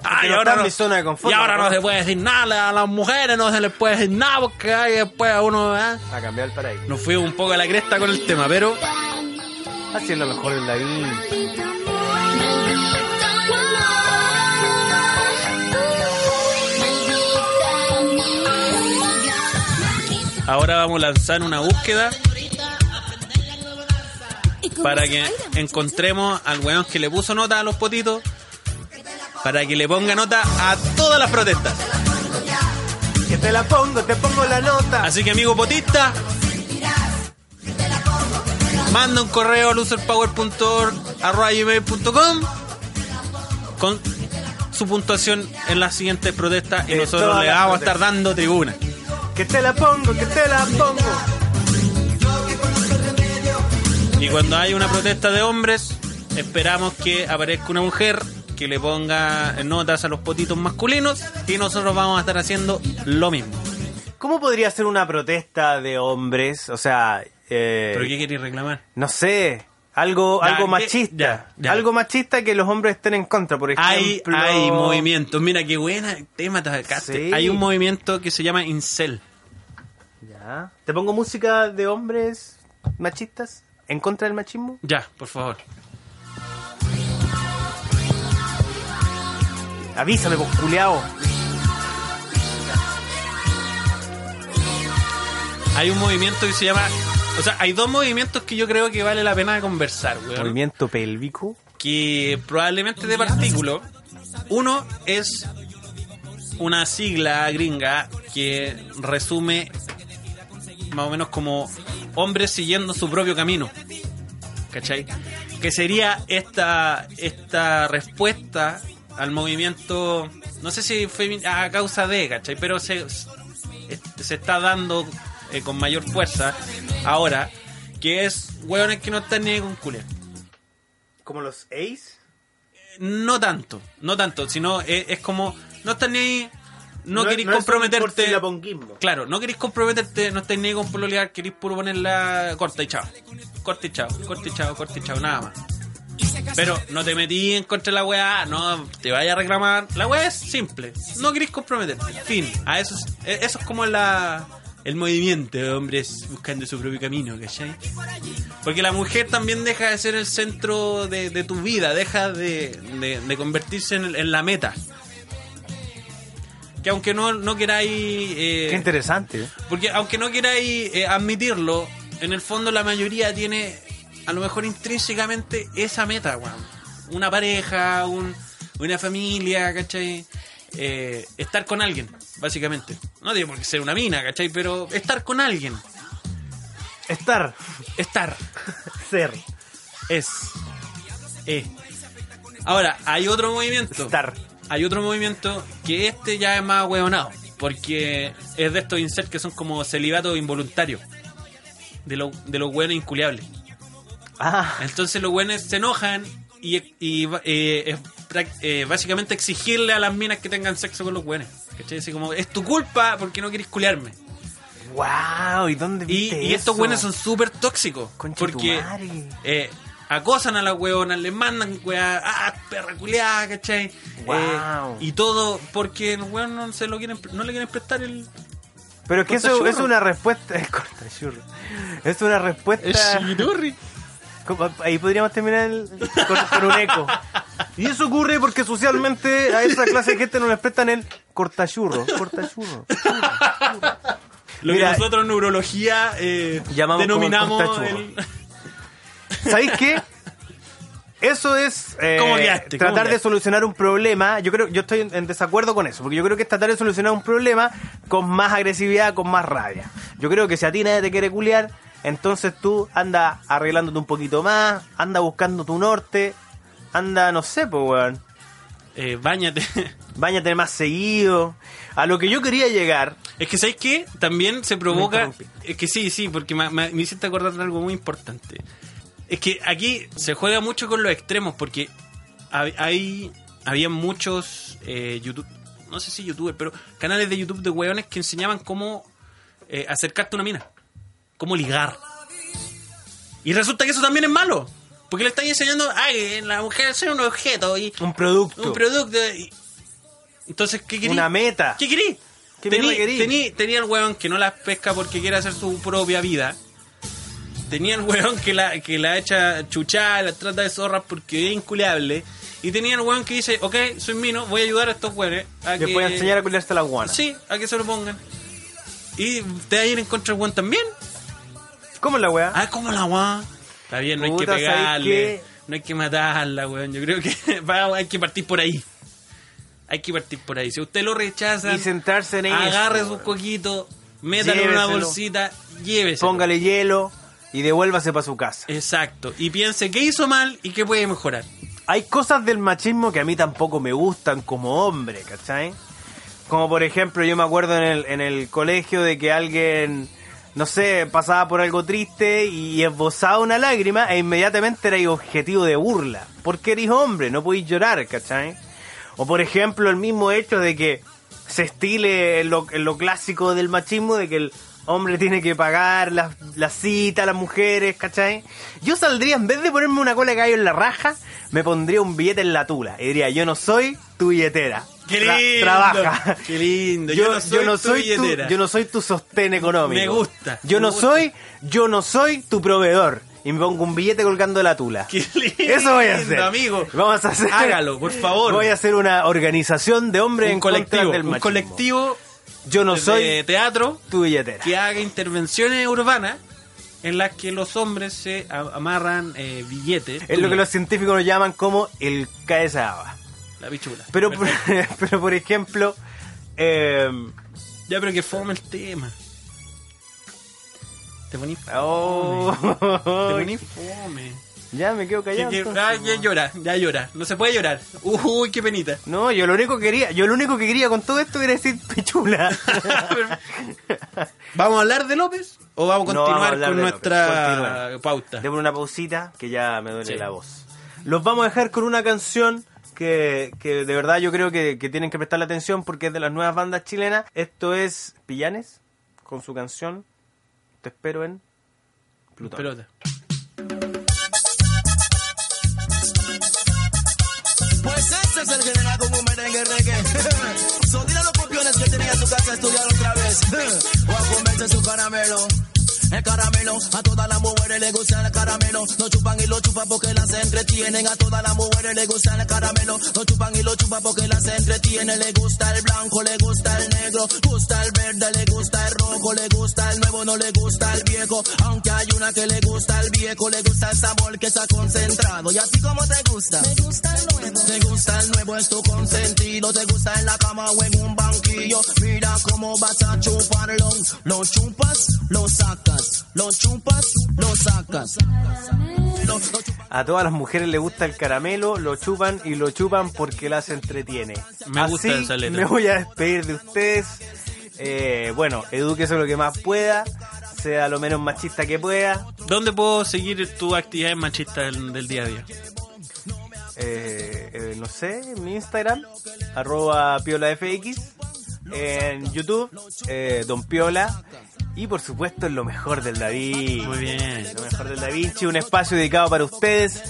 [SPEAKER 6] Ah,
[SPEAKER 2] no está en mi zona de confort,
[SPEAKER 6] y ahora
[SPEAKER 2] ¿no?
[SPEAKER 6] no se puede decir nada, a las mujeres no se les puede decir nada porque ay, después a uno... ¿eh?
[SPEAKER 2] A cambiar el paraíso.
[SPEAKER 6] Nos fuimos un poco a la cresta con el tema, pero...
[SPEAKER 2] Así es lo mejor en la vida.
[SPEAKER 6] Ahora vamos a lanzar una búsqueda para que encontremos al weón que le puso nota a los potitos, para que le ponga nota a todas las protestas.
[SPEAKER 2] Que te la pongo, te pongo la nota.
[SPEAKER 6] Así que amigo potista, manda un correo a loserpower.org@gmail.com con su puntuación en las siguientes protestas y
[SPEAKER 2] De
[SPEAKER 6] nosotros
[SPEAKER 2] todas
[SPEAKER 6] le
[SPEAKER 2] las
[SPEAKER 6] vamos a
[SPEAKER 2] protestas.
[SPEAKER 6] estar dando tribuna.
[SPEAKER 2] Que te la pongo, que te la pongo.
[SPEAKER 6] Y cuando hay una protesta de hombres, esperamos que aparezca una mujer que le ponga notas a los potitos masculinos y nosotros vamos a estar haciendo lo mismo.
[SPEAKER 2] ¿Cómo podría ser una protesta de hombres? O sea, eh,
[SPEAKER 6] ¿Pero qué queréis reclamar?
[SPEAKER 2] no sé, algo,
[SPEAKER 6] Ya,
[SPEAKER 2] algo
[SPEAKER 6] ¿qué?
[SPEAKER 2] machista.
[SPEAKER 6] Ya, ya.
[SPEAKER 2] Algo machista que los hombres estén en contra, por
[SPEAKER 6] Hay,
[SPEAKER 2] ejemplo.
[SPEAKER 6] hay movimientos, mira qué buena tema te sacaste.
[SPEAKER 2] Sí.
[SPEAKER 6] Hay un movimiento que se llama Incel.
[SPEAKER 2] Ya. ¿Te pongo música de hombres machistas? ¿En contra del machismo?
[SPEAKER 6] Ya, por favor.
[SPEAKER 2] Avísame, pues, culiao.
[SPEAKER 6] Hay un movimiento que se llama... O sea, hay dos movimientos que yo creo que vale la pena conversar, weón.
[SPEAKER 2] Movimiento pélvico.
[SPEAKER 6] que probablemente de partículo. Uno es una sigla gringa que resume más o menos como hombres siguiendo su propio camino. ¿Cachai? Que sería esta, esta respuesta al movimiento, no sé si fue a causa de, ¿cachai? Pero se, se está dando eh, con mayor fuerza ahora, que es hueones que no están ni con culé.
[SPEAKER 2] ¿Como los Ace?
[SPEAKER 6] No tanto, no tanto, sino es, es como, no estás ni ahí, no,
[SPEAKER 2] No-
[SPEAKER 6] queréis
[SPEAKER 2] no es un
[SPEAKER 6] comprometerte. Eh.
[SPEAKER 2] porcilaponquismo.
[SPEAKER 6] Claro, no queréis comprometerte, no estáis ni ahí con pololear, queréis puro ponerla corta y chao. Corta y chao, corta y chao, corta y chao, nada más. Pero no te metí en contra de la weá, no te vayas a reclamar. La weá es simple, no queréis comprometerte. Fin, a eso, es- e- eso es como la, el movimiento de hombres buscando su propio camino, ¿cachai? Porque la mujer también deja de ser el centro de, de tu vida, deja de, de- de convertirse en, el- en la meta. Que aunque no, no queráis... eh,
[SPEAKER 2] Qué interesante. ¿eh?
[SPEAKER 6] porque aunque no queráis eh, admitirlo, en el fondo la mayoría tiene a lo mejor intrínsecamente esa meta, weón. Una pareja, un- una familia, ¿cachai? Eh, estar con alguien, básicamente. No tiene por qué ser una mina, ¿cachai? Pero estar con alguien.
[SPEAKER 2] Estar,
[SPEAKER 6] Estar
[SPEAKER 2] ser,
[SPEAKER 6] es. eh. Ahora, hay otro movimiento.
[SPEAKER 2] estar.
[SPEAKER 6] Hay otro movimiento que este ya es más hueonado, porque es de estos insectos que son como celibato involuntario, de, lo- de los hueones inculiables.
[SPEAKER 2] Ah,
[SPEAKER 6] Entonces los hueones se enojan y, y, eh, es prac- eh, básicamente exigirle a las minas que tengan sexo con los hueones. ¿Cachai? Así como, es tu culpa porque no quieres culiarme.
[SPEAKER 2] wow, ¿y dónde
[SPEAKER 6] Y,
[SPEAKER 2] viste
[SPEAKER 6] y estos
[SPEAKER 2] eso?
[SPEAKER 6] hueones son súper tóxicos,
[SPEAKER 2] Concha tu
[SPEAKER 6] porque
[SPEAKER 2] madre.
[SPEAKER 6] eh, acosan a las hueonas, les mandan hueá, ah, perra culiada, ¿cachai?
[SPEAKER 2] Guau.
[SPEAKER 6] Eh, y todo porque los hueones no, se lo quieren, pre- no le quieren prestar el...
[SPEAKER 2] Pero es que eso
[SPEAKER 6] Cortachurro.
[SPEAKER 2] es una respuesta. Es cortachurro. Es una respuesta. Como- Ahí podríamos terminar el- con, con un eco. Y eso ocurre porque socialmente a esa clase de gente no les prestan el cortachurro. Cortachurro.
[SPEAKER 6] Lo
[SPEAKER 2] Mira,
[SPEAKER 6] que nosotros en neurología eh,
[SPEAKER 2] Llamamos como el
[SPEAKER 6] denominamos
[SPEAKER 2] cortachurro.
[SPEAKER 6] el-
[SPEAKER 2] ¿Sabéis qué? Eso es eh,
[SPEAKER 6] ¿Cómo quedaste? ¿Cómo
[SPEAKER 2] tratar de
[SPEAKER 6] quedaste?
[SPEAKER 2] solucionar un problema. Yo creo, yo estoy en, en desacuerdo con eso, porque yo creo que es tratar de solucionar un problema con más agresividad, con más rabia. Yo creo que si a ti nadie te quiere culiar, entonces tú anda arreglándote un poquito más, anda buscando tu norte, anda, no sé, pues, weón.
[SPEAKER 6] Eh, báñate.
[SPEAKER 2] Báñate más seguido. A lo que yo quería llegar,
[SPEAKER 6] Es que, ¿sabes qué? También se provoca...
[SPEAKER 2] interrumpí.
[SPEAKER 6] Es que sí, sí, porque me, me- me hiciste acordar de algo muy importante. Es que aquí se juega mucho con los extremos, porque hab- hay, había muchos eh, YouTube... No sé si youtubers, pero canales de YouTube de hueones que enseñaban cómo eh, acercarte a una mina. Cómo ligar. Y resulta que eso también es malo. Porque le están enseñando, ay, la mujer es un objeto y...
[SPEAKER 2] un producto,
[SPEAKER 6] un producto. y- Entonces, ¿qué querí?
[SPEAKER 2] una meta.
[SPEAKER 6] ¿Qué querí?
[SPEAKER 2] ¿Qué
[SPEAKER 6] tení,
[SPEAKER 2] mierda querí?
[SPEAKER 6] tení- tenía el hueón que no las pesca porque quiere hacer su propia vida. Tenía el hueón que la, que la echa chuchar, la trata de zorras porque es inculeable. Y tenía el hueón que dice, ok, soy mino, voy a ayudar a estos hueones a
[SPEAKER 2] Les
[SPEAKER 6] que...
[SPEAKER 2] voy a enseñar a culiarse a la guana.
[SPEAKER 6] Sí, a que se lo pongan. Y te va a ir en contra del hueón también.
[SPEAKER 2] ¿Cómo es la weá?
[SPEAKER 6] Ah, como la weá. Está bien, no hay que
[SPEAKER 2] Puta, ¿sabes
[SPEAKER 6] pegarle.
[SPEAKER 2] qué?
[SPEAKER 6] No hay que matarla, weón. Yo creo que va- hay que partir por ahí. Hay que partir por ahí. Si usted lo rechaza,
[SPEAKER 2] y centrarse en eso.
[SPEAKER 6] Ah, agarre sus
[SPEAKER 2] weón.
[SPEAKER 6] coquitos, métalo en una
[SPEAKER 2] Lléveselo.
[SPEAKER 6] bolsita, llévese.
[SPEAKER 2] póngale hielo y devuélvase para su casa.
[SPEAKER 6] Exacto. Y piense qué hizo mal y qué puede mejorar.
[SPEAKER 2] Hay cosas del machismo que a mí tampoco me gustan como hombre, ¿cachai? Como por ejemplo, yo me acuerdo en el, en el colegio de que alguien, no sé, pasaba por algo triste y esbozaba una lágrima e inmediatamente era objetivo de burla. Porque eres hombre, no podéis llorar, ¿cachai? O por ejemplo, el mismo hecho de que se estile en lo, en lo clásico del machismo, de que el hombre tiene que pagar las la citas a las mujeres, ¿cachai? Yo saldría, en vez de ponerme una cola de gallo en la raja, me pondría un billete en la tula. Y diría, yo no soy tu billetera.
[SPEAKER 6] ¡Qué
[SPEAKER 2] Tra-
[SPEAKER 6] lindo!
[SPEAKER 2] trabaja.
[SPEAKER 6] ¡Qué lindo!
[SPEAKER 2] Yo, yo no soy,
[SPEAKER 6] tu
[SPEAKER 2] tu,
[SPEAKER 6] billetera.
[SPEAKER 2] yo no soy tu sostén económico.
[SPEAKER 6] Me gusta,
[SPEAKER 2] Yo
[SPEAKER 6] me
[SPEAKER 2] no
[SPEAKER 6] gusta.
[SPEAKER 2] soy, yo no soy tu proveedor. Y me pongo un billete colgando de la tula.
[SPEAKER 6] ¡Qué lindo,
[SPEAKER 2] Eso voy a hacer.
[SPEAKER 6] amigo!
[SPEAKER 2] Vamos a hacer.
[SPEAKER 6] Hágalo, por favor.
[SPEAKER 2] Voy a hacer una organización de hombres en
[SPEAKER 6] un
[SPEAKER 2] contra
[SPEAKER 6] colectivo,
[SPEAKER 2] del
[SPEAKER 6] un
[SPEAKER 2] machismo.
[SPEAKER 6] colectivo
[SPEAKER 2] Yo no
[SPEAKER 6] de
[SPEAKER 2] soy
[SPEAKER 6] teatro
[SPEAKER 2] tu billetera.
[SPEAKER 6] que haga intervenciones urbanas en las que los hombres se a- amarran eh, billetes.
[SPEAKER 2] Es lo que los científicos lo llaman como el caesaba.
[SPEAKER 6] La pichula.
[SPEAKER 2] Pero, por-
[SPEAKER 6] Perfecto.
[SPEAKER 2] pero por ejemplo, eh,
[SPEAKER 6] Ya, pero que fome el tema. Te poní fome.
[SPEAKER 2] oh,
[SPEAKER 6] Te poní fome.
[SPEAKER 2] ya me quedo
[SPEAKER 6] Que-
[SPEAKER 2] callado.
[SPEAKER 6] que-
[SPEAKER 2] entonces.
[SPEAKER 6] ah, ya llora, ya llora. No se puede llorar. Uy, qué penita.
[SPEAKER 2] No, yo lo único que quería, yo lo único que quería con todo esto era decir pichula.
[SPEAKER 6] ¿Vamos a hablar de López o vamos a
[SPEAKER 2] No, vamos a
[SPEAKER 6] continuar
[SPEAKER 2] hablar
[SPEAKER 6] con
[SPEAKER 2] de López.
[SPEAKER 6] nuestra
[SPEAKER 2] Continuar.
[SPEAKER 6] pauta?
[SPEAKER 2] Demos una pausita que ya me duele
[SPEAKER 6] Sí.
[SPEAKER 2] la voz. Los vamos a dejar con una canción que, que de verdad yo creo que, que tienen que prestarle atención porque es de las nuevas bandas chilenas. Esto es Pillanes con su canción Te espero en Plutón.
[SPEAKER 6] Pelota.
[SPEAKER 7] Pues este es el general con un merengue reggae. Son tira los copiones que tenía en tu casa a estudiar otra vez. O a comerse su caramelo. El caramelo, a todas las mujeres les gusta el caramelo. No chupan y lo chupan porque las entretienen. A todas las mujeres les gusta el caramelo. No chupan y lo chupan porque las entretienen. Le gusta el blanco, le gusta el negro. Gusta el verde, le gusta el rojo. Le gusta el nuevo, no le gusta el viejo. Aunque hay una que le gusta el viejo. Le gusta el sabor que está concentrado. Y así como te gusta. Te gusta el nuevo, es tu consentido. Te gusta en la cama o en un banquillo. Mira cómo vas a chuparlo. Lo chupas, lo sacas. Lo chupas, lo sacas. Lo- lo chupas.
[SPEAKER 2] A todas las mujeres les gusta el caramelo, lo chupan y lo chupan porque las entretiene.
[SPEAKER 6] Me gusta
[SPEAKER 2] Así
[SPEAKER 6] esa letra.
[SPEAKER 2] Me voy a despedir de ustedes. Eh, bueno, edúquese lo que más pueda, sea lo menos machista que pueda.
[SPEAKER 6] ¿Dónde puedo seguir tu actividad machista del, del día a día?
[SPEAKER 2] eh, eh, no sé, en mi Instagram, arroba piolafx, en YouTube, eh, Don Piola, y por supuesto en lo mejor del David.
[SPEAKER 6] Muy bien.
[SPEAKER 2] Lo mejor del Da Vinci, un espacio dedicado para ustedes.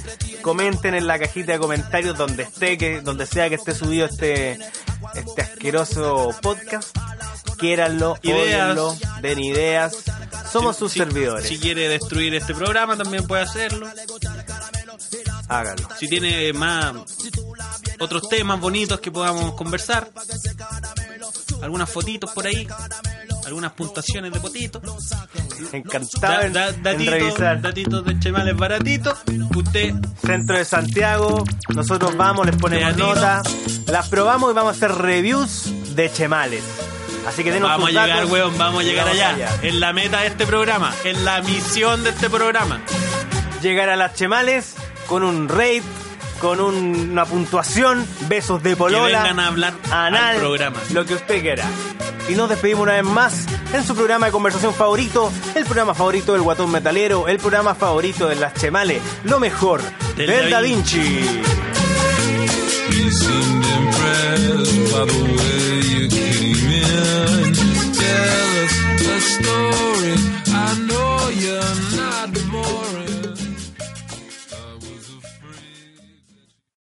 [SPEAKER 2] Comenten en la cajita de comentarios donde esté, que, donde sea que esté subido este, este asqueroso podcast. Quiéranlo,
[SPEAKER 6] Ideas.
[SPEAKER 2] ódienlo, den ideas. Somos sus
[SPEAKER 6] Si-
[SPEAKER 2] servidores.
[SPEAKER 6] Si quiere destruir este programa, también puede hacerlo.
[SPEAKER 2] Háganlo.
[SPEAKER 6] Si tiene más otros temas bonitos que podamos conversar, algunas fotitos por ahí, algunas puntuaciones de potitos.
[SPEAKER 2] Encantado en- en, revisar.
[SPEAKER 6] datitos de chemales baratitos. Usted
[SPEAKER 2] Centro de Santiago. Nosotros vamos, les ponemos
[SPEAKER 6] Teatino.
[SPEAKER 2] nota, las probamos y vamos a hacer reviews de chemales. Así que denos
[SPEAKER 6] Vamos a
[SPEAKER 2] sus datos
[SPEAKER 6] llegar, weón, vamos
[SPEAKER 2] y
[SPEAKER 6] a llegar
[SPEAKER 2] vamos
[SPEAKER 6] allá. Es la meta de este programa, es la misión de este programa.
[SPEAKER 2] Llegar a las chemales con un rate, con un- una puntuación, besos de
[SPEAKER 6] Que
[SPEAKER 2] polola,
[SPEAKER 6] vengan a hablar
[SPEAKER 2] anal,
[SPEAKER 6] al programa.
[SPEAKER 2] lo que usted quiera. Y nos despedimos una vez más en su programa de conversación favorito, el programa favorito del Guatón Metalero, el programa favorito de las chemales, lo mejor
[SPEAKER 6] Del
[SPEAKER 2] del,
[SPEAKER 6] Da
[SPEAKER 2] Da Vinci.
[SPEAKER 4] He seemed impressed by the way you